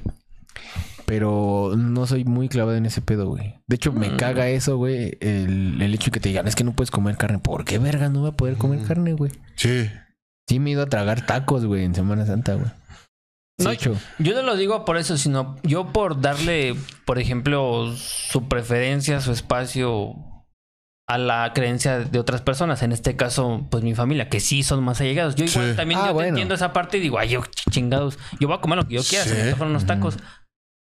pero no soy muy clavado en ese pedo, güey. De hecho, Mm. me caga eso, güey, el, el hecho de que te digan, es que no puedes comer carne. ¿Por qué, verga, no voy a poder Mm. comer carne, güey? Sí. Sí, me he ido a tragar tacos, güey, en Semana Santa, güey. Sí, No, hecho. Yo no lo digo por eso, sino yo por darle, por ejemplo, su preferencia, su espacio a la creencia de otras personas. En este caso, pues mi familia, que sí son más allegados. Yo igual Sí. también Ah, yo te bueno. entiendo esa parte y digo, ay, yo ch- chingados, yo voy a comer lo que yo quiera, Sí. se me antojan unos Ujú. tacos.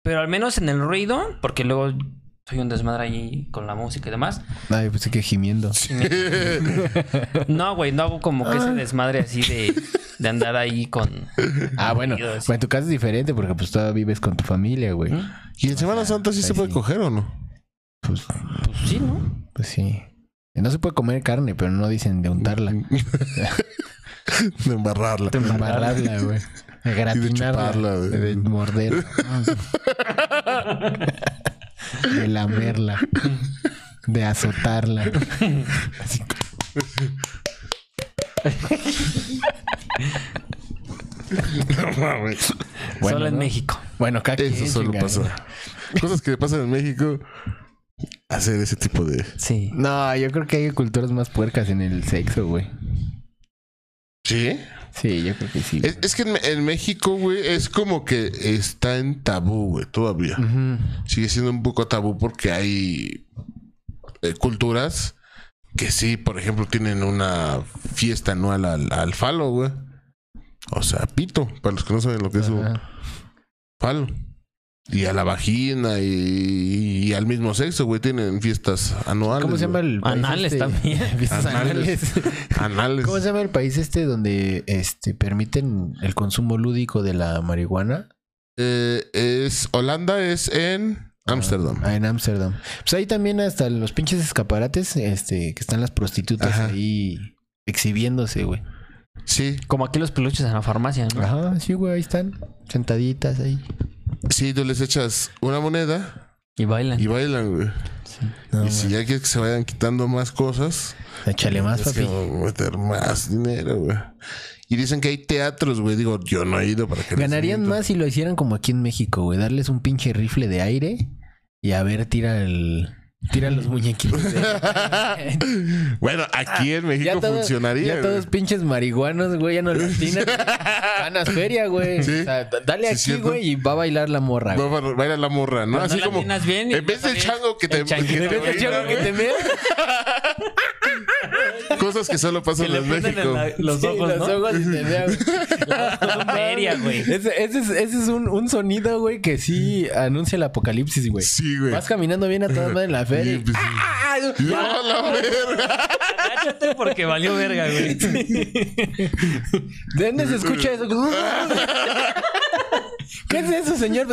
Pero al menos en el ruido, porque luego soy un desmadre ahí con la música y demás. Ay, pensé que gimiendo. No, güey, no hago como que ese desmadre así de, de andar ahí con... Ah, bueno. Gemido, sí. Bueno, en tu caso es diferente porque pues todavía vives con tu familia, güey. ¿Mm? ¿Y en Semana Santa sí ahí se puede sí. coger o no? Pues, Pues sí, ¿no? pues sí. No se puede comer carne, pero no dicen de untarla. Mm-hmm. De embarrarla. De embarrarla, güey. De chuparla, gratinarla. güey. De morder. De lamerla. De azotarla. Así co- No mames. Bueno, Solo en ¿no? México. Bueno, cada Eso quien, solo chingada. pasa. Cosas que pasan en México. Hacer ese tipo de. Sí. No, yo creo que hay culturas más puercas en el sexo, güey. ¿Sí? Sí, yo creo que sí. Es, es que en, en México, güey, es como que está en tabú, güey, todavía. Ujú. Sigue siendo un poco tabú porque hay eh, culturas que sí, por ejemplo, tienen una fiesta anual al, al falo, güey. O sea, pito, para los que no saben lo que es un Ajá. falo. Y a la vagina y, y al mismo sexo, güey, tienen fiestas anuales. ¿Cómo se llama güey. el país Anales este? también. Fiestas Anales. anales. Anales. ¿Cómo se llama el país este donde este permiten el consumo lúdico de la marihuana? Eh, es Holanda es en Ámsterdam. Ah, en Ámsterdam. Pues ahí también hasta los pinches escaparates, este, que están las prostitutas Ajá. ahí exhibiéndose, güey. Sí, Como aquí los peluches en la farmacia, ¿no? Ajá, sí, güey, ahí están. Sentaditas ahí. sí, tú les echas una moneda Y bailan. Y bailan, güey. No, y si ya quieres que se vayan quitando más cosas, Échale más, es que papi. vamos a meter más dinero, güey. Y dicen que hay teatros, güey. Digo, yo no he ido para que les Ganarían miento. más si lo hicieran como aquí en México, güey. Darles un pinche rifle de aire y a ver, tira el. Tira los muñequitos. de- bueno, aquí en México Ah, todo- funcionaría. Ya todos güey. pinches marihuanos, güey. Ya no lo tienen. Van a feria, güey. Sí. O sea, d- dale Sí, aquí, cierto. güey, y va a bailar la morra, güey. Va- va- Baila la morra, ¿no? Pero no Así la como. atinas bien y en vez ya del ves. chango que te. El changuito. que te Depende del baila, chango que güey. te mea. Cosas que solo pasan en México. los Sí, ojos, los ¿no? ojos y te mea, güey. Todo feria, güey. Ese, ese es, ese es un, un sonido, güey, que sí anuncia el apocalipsis, güey. Sí, güey. Vas caminando bien a toda madre en la feria. Sí, y- pues, sí. ah, ¡No, la verga! Cáchate porque valió verga, güey. ¿De dónde se escucha eso? ¿Qué es eso, señor?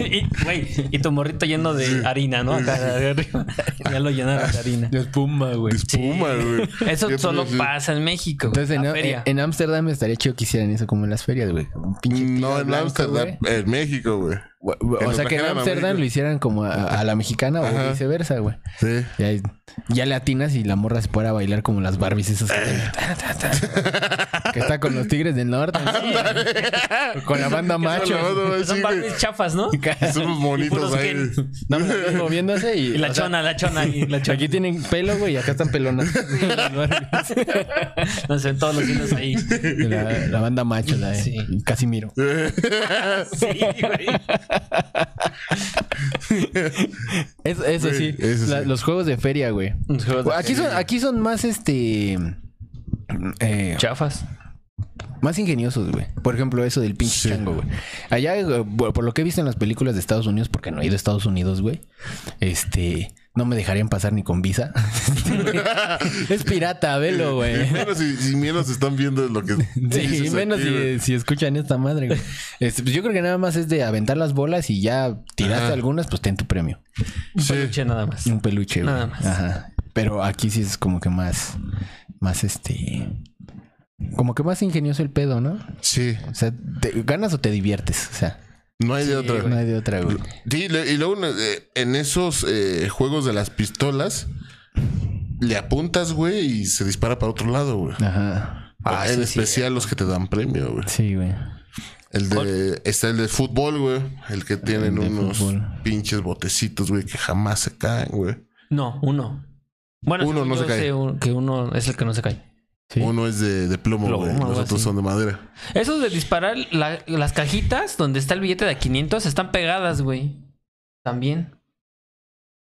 Y, güey, y tu morrito lleno de harina, ¿no? Acá de arriba. Ya lo llenaron de harina. La espuma, güey. Espuma, güey. pues, mm, Eso Ya solo te- pasa en México. güey. Entonces, en, La feria. en Ámsterdam estaría chido que hicieran eso como en las ferias, güey. Un pinche tiro No, en blanco, Ámsterdam, güey. en México, güey. O- O, lo sea, que en trajeran a Ámsterdam México. lo hicieran como a, a la mexicana Ajá. o viceversa, güey. Sí. Ya, ya le atinas y la morra se para a bailar como las Barbies esas Eh. que, que está con los tigres del norte. ¿no? con la banda macho. No, no, Son sí, güey. Barbies chafas, ¿no? Somos Y bonitos puros ahí. Ken. No, no, moviéndose y... Y la o sea, chona, la chona, y la chona. Aquí tienen pelo, güey, y acá están pelonas. Nos ven todos los niños ahí. la, la banda macho, la de Sí. Casimiro. Sí, güey. Es- eso sí, Güey, eso la- sí. los juegos de feria, güey. Los juegos de Aquí son, aquí son más, este... eh, Chafas. Más ingeniosos, güey. Por ejemplo, eso del pinche Sí. chango, güey. Allá, eh, por por lo que he visto en las películas de Estados Unidos, porque no he ido a Estados Unidos, güey. Este, no me dejarían pasar ni con visa. es pirata, velo, güey. Y menos si, si menos están viendo lo que. Sí, dices menos aquí, si, güey. si escuchan esta madre, güey. Este, pues yo creo que nada más es de aventar las bolas y ya tiraste Ajá. algunas, pues ten tu premio. Sí. Peluche nada más. Un peluche, güey. Nada más. Ajá. Pero aquí sí es como que más, más este, como que más ingenioso el pedo, ¿no? Sí. O sea, te- ganas o te diviertes, o sea. No hay de otra. No hay de otra, güey. Sí, lo- y luego eh, en esos eh, juegos de las pistolas, le apuntas, güey, y se dispara para otro lado, güey. Ajá. Ah, en especial los que te dan premio, güey. Sí, güey. El de, está el de fútbol, güey. El que tienen de unos fútbol. pinches botecitos, güey, que jamás se caen, güey. No, uno. Bueno, Uno según no yo se cae. sé un- que uno es el que no se cae. Sí. Uno es de, de plomo, Plomo, güey. algo Los otros así. son de madera. Esos de disparar la- las cajitas donde está el billete de 500 están pegadas, güey. También.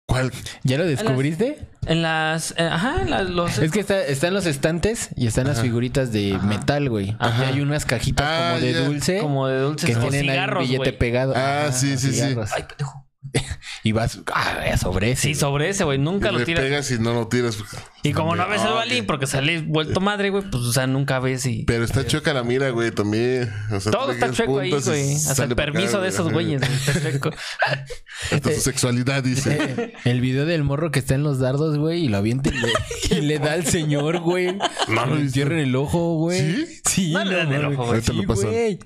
¿Cuál? ¿Ya lo descubriste? En las. eh, ajá, en las, los. Es que está, están los estantes y están las figuritas de Ajá. metal, güey. Ajá. Y hay unas cajitas Ah, como de ya. dulce este, como de dulces que o tienen ahí un cigarros, billete güey. pegado. Ah, sí, sí, sí. cigarros. Ay, pendejo. Y vas ah, sobre ese. Sí, güey. sobre ese, güey. Nunca Le lo tiras. pegas y no lo tiras. Y como no ves el Ah, balín ok. porque sale vuelto madre, güey, pues o sea, nunca ves y. Pero está chueca la mira, güey, también. O sea, todo tú le está das chueco ahí, puntas y güey. Hasta sale el para acá, permiso de güey. esos güeyes, güey, está chueco. Hasta su sexualidad, Eh, dice. El video del morro que está en los dardos, güey, y lo avienta y le, y le da al señor, güey. No lo he le visto. eh. entierra en el ojo, güey. Ah, ¿Sí? Sí, No le dan el mames. ojo, güey. Ahorita Sí, lo paso. güey.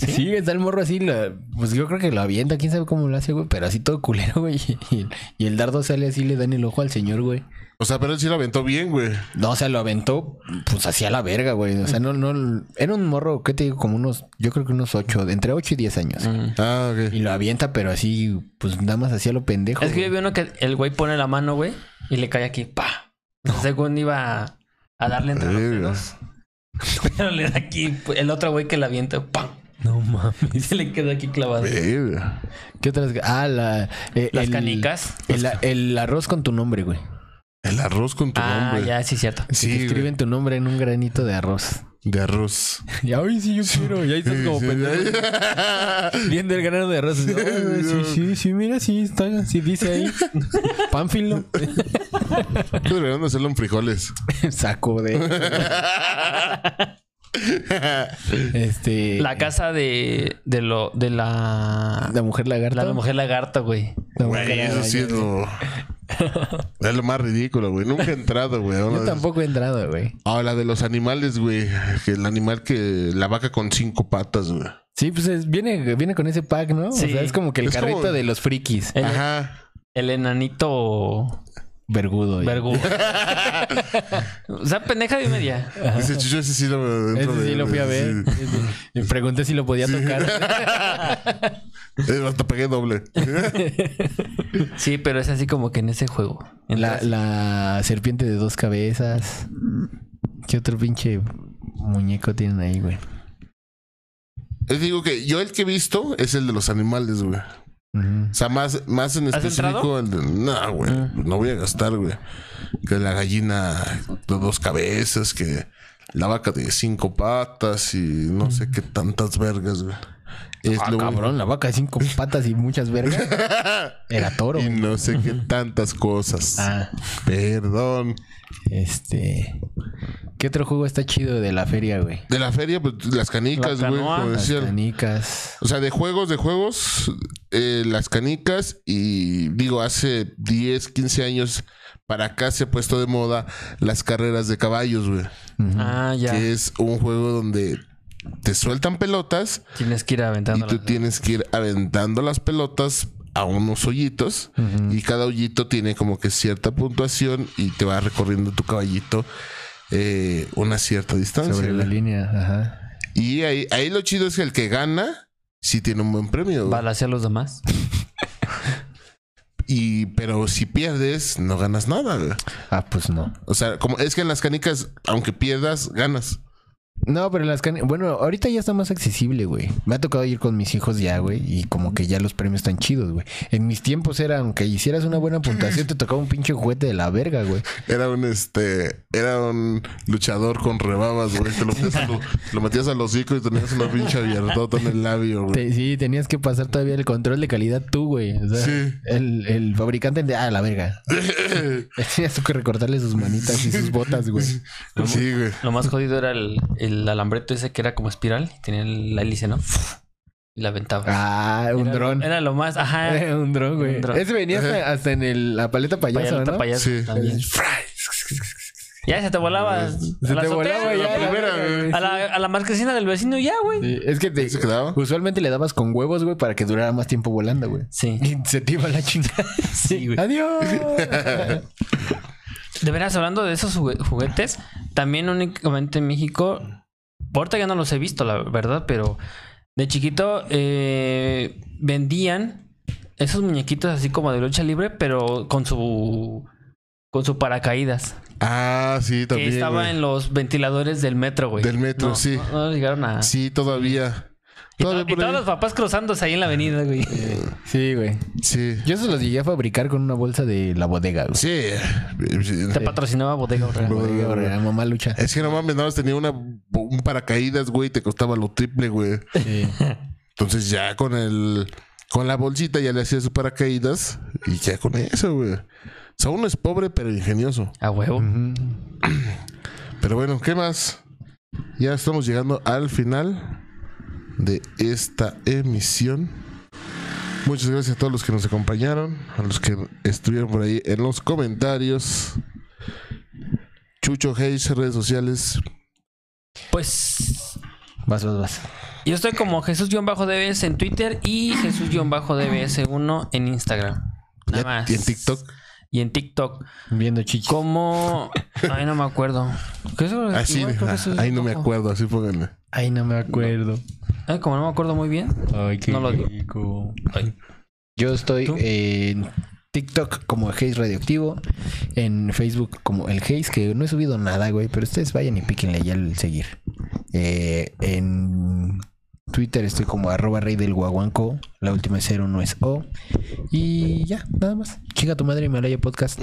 Sí, está el morro así, la- pues yo creo que lo avienta, quién sabe cómo lo hace, güey, pero así todo culero, güey. Y, y el dardo sale así, le dan el ojo al señor, güey. O sea, pero él sí lo aventó bien, güey. No, o sea, lo aventó, pues hacia la verga, güey. O sea, no, no, era un morro, ¿qué te digo? Como unos, yo creo que unos ocho, de entre ocho y diez años. Ah, ok. Y lo avienta, pero así, pues nada más hacía lo pendejo. Es que güey. yo vi uno que el güey pone la mano, güey, y le cae aquí, pa. Según iba a, a darle entre los Verga. dedos. Pero le da aquí pues, el otro güey que la avienta, pam. No mames. Y se le queda aquí clavado. Eh, Verga. ¿Qué otras? Ah, la... eh, Las el- canicas. El, el arroz con tu nombre, güey. El arroz con tu Ah, nombre. ya, sí, cierto. Que te Sí, güey. escriben tu nombre en un granito de arroz. De arroz. Y ay, sí, yo quiero. Y ahí estás como Sí, pendejo. Viendo el grano de arroz. así, "Ay, sí, sí, sí, mira, sí, está, sí dice ahí. Pánfilo. sí. Deberían de hacerlo en frijoles. Saco de. Eh, Este. La casa de, de lo, de la, La mujer lagarta. la mujer lagarto, güey. La mujer Güey, eso araña. sí es lo... Es lo más ridículo, güey. Nunca he entrado, güey. Ahora Yo tampoco he entrado, güey. Ah, la de los animales, güey. Que el animal que. La vaca con cinco patas, güey. Sí, pues es- viene, viene con ese pack, ¿no? O Sí. Eh, sea, es como que el Es como- carrito de los frikis. El, Ajá. el enanito Vergudo. ya. vergudo. o sea, pendeja y media. Dice Chucho, ese sí lo. dentro Ese sí de- lo fui a ver. sí. Me pregunté si lo podía tocar. Eh, Hasta pegué doble. Sí, pero es así como que en ese juego. La, Entonces, la serpiente de dos cabezas. ¿Qué otro pinche muñeco tienen ahí, güey? Les digo que yo el que he visto es el de los animales, güey. Ujú. O sea, más, más en ¿Has específico el de. No, güey. Ah. No voy a gastar, güey. Que la gallina de dos cabezas, que la vaca de cinco patas y no sé qué tantas vergas, güey. Es Ah, lo único. cabrón, la vaca de cinco patas y muchas vergas. Era toro. Y güey. no sé qué tantas cosas. Ah, Perdón. este. ¿Qué otro juego está chido de la feria, güey? De la feria, pues las canicas, La güey. canoa, como las Las decían. canicas. O sea, de juegos, de juegos, eh, las canicas y digo, hace 10, 15 años para acá se ha puesto de moda las carreras de caballos, güey. ah, ya. Que es un juego donde te sueltan pelotas Tienes que ir y aventando. tú tienes que ir aventando las pelotas a unos hoyitos y cada hoyito tiene como que cierta puntuación y te va recorriendo tu caballito eh, una cierta distancia. Sobre la güey. línea, ajá. Y ahí, ahí lo chido es que el que gana sí tiene un buen premio. güey. Balasear a los demás. Y, pero si pierdes, no ganas nada. güey. Ah, pues no. O sea, como es que en las canicas, aunque pierdas, ganas. No, pero las canicas. Bueno, ahorita ya está más accesible, güey. Me ha tocado ir con mis hijos ya, güey. Y como que ya los premios están chidos, güey. En mis tiempos era, aunque hicieras una buena puntuación, te tocaba un pinche juguete de la verga, güey. Era un este, era un luchador con rebabas, güey. Te lo metías, a lo, lo metías al hocico y tenías una pinche abiertota en el labio, güey. Te- sí, tenías que pasar todavía el control de calidad tú, güey. O sea, Sí. el, el fabricante de. Ah, la verga. Tenías tú que recortarle sus manitas y sus botas, güey. Sí, güey. Lo más jodido era el, el alambreto ese que era como espiral. y Tenía la hélice, ¿no? Y la aventaba. Ah, un Era- dron. Eh, Era lo más. Ajá. Era un dron, güey. Un dron. Ese venía hasta, hasta en el- la paleta payaso, Payalota, ¿no? payaso Sí. también. Ya se te volaba. Pues, Se a la te azotea, volaba a la ya. la primera, verga, güey. A la, a la marquesina del vecino ya, güey. Sí, es que te, ¿Se quedaba? usualmente le dabas con huevos, güey, para que durara más tiempo volando, güey. Sí. Y se te iba la chingada. Sí, güey. ¡Adiós! De veras, hablando de esos jugue- juguetes, también únicamente en México, ahorita ya no los he visto, la verdad, pero de chiquito eh, vendían esos muñequitos así como de lucha libre, pero con su con su paracaídas. Ah, sí, Que también. estaba güey. en los ventiladores del metro, güey. Del metro, No, sí. No, no llegaron a... Sí, todavía. y, to- Todavía y por ahí. todos los papás cruzándose ahí en la avenida, güey. sí, güey. Sí. Yo esos los llegué a fabricar con una bolsa de la bodega, güey. Sí. Te patrocinaba Bodega Horrera. La bodega, güey, la mamá lucha. Es que no mames, nada más tenía una, un paracaídas, güey, te costaba lo triple, güey. Sí. Entonces ya con el con la bolsita ya le hacía sus paracaídas y ya con eso, güey. O sea, uno es pobre pero ingenioso. A huevo. Ujú. Pero bueno, ¿qué más? Ya estamos llegando al final de esta emisión. Muchas gracias a todos los que nos acompañaron, a los que estuvieron por ahí en los comentarios. Chucho Hayes, redes sociales. Pues Vas, vas, vas. Yo estoy como Jesús-DBS en Twitter y Jesús-DBS1 en Instagram. Nada más. Y en TikTok. Y en TikTok. Viendo chichis. Como. Ay, no me acuerdo. ¿Qué es eso? Así, Igual creo que eso es Ah, ahí no me rojo. acuerdo, así pónganle. Ay, no me acuerdo. Ay, como no me acuerdo muy bien. Ay, qué No lo digo. rico. Ay. Yo estoy ¿Tú? en TikTok como Haze Radioactivo, en Facebook como el Haze, que no he subido nada, güey, pero ustedes vayan y píquenle ya el seguir. Eh, en Twitter estoy como arroba rey del guaguanco, la última cero no es O. Y ya, nada más. Chica tu madre Himalaya Podcast.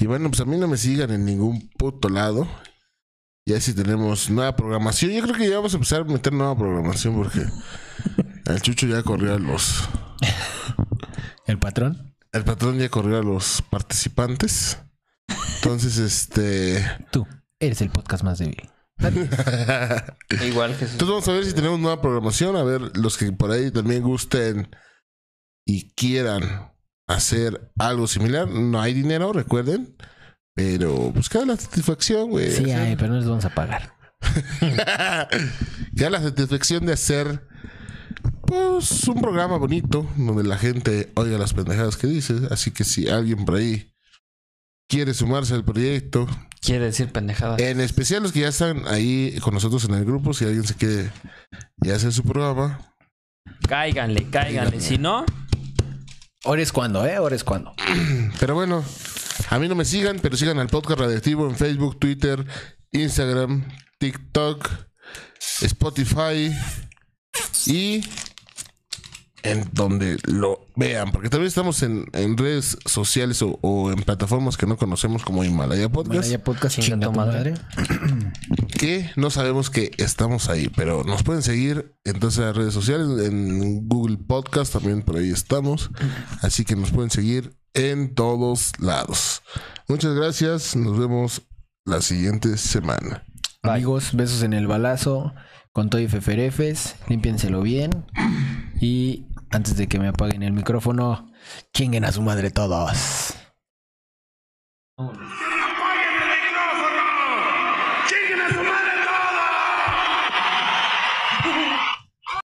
Y bueno, pues a mí no me sigan en ningún puto lado. Ya si tenemos nueva programación, yo creo que ya vamos a empezar a meter nueva programación porque el chucho ya corrió a los. El patrón. El patrón ya corrió a los participantes. Entonces, este. Tú eres el podcast más débil. Entonces Igual Jesús. vamos a ver si tenemos nueva programación. A ver, los que por ahí también gusten y quieran hacer algo similar. No hay dinero, recuerden. Pero pues queda la satisfacción, güey. Sí, O sea, ay, pero no les vamos a pagar. queda la satisfacción de hacer pues un programa bonito donde la gente oiga las pendejadas que dices. Así que si alguien por ahí quiere sumarse al proyecto, Quiere decir pendejadas. en especial los que ya están ahí con nosotros en el grupo, si alguien se quiere y hacer su programa, Cáiganle, cáiganle. Si no, Ahora es cuando, ¿eh? Ahora es cuando. Pero bueno, a mí no me sigan, pero sigan al podcast radioactivo en Facebook, Twitter, Instagram, TikTok, Spotify y en donde lo vean, porque también estamos en, en redes sociales o, o en plataformas que no conocemos como Himalaya Podcast, Malaya Podcast, chinga Chinga tu tu madre. que no sabemos que estamos ahí, pero nos pueden seguir entonces en las redes sociales, en Google Podcast también por ahí estamos, así que nos pueden seguir en todos lados. Muchas gracias. Nos vemos la siguiente semana. Amigos, besos en el balazo. Con todo y feferefes. Límpienselo bien. Y antes de que me apaguen el micrófono, chinguen a su madre todos. vámonos.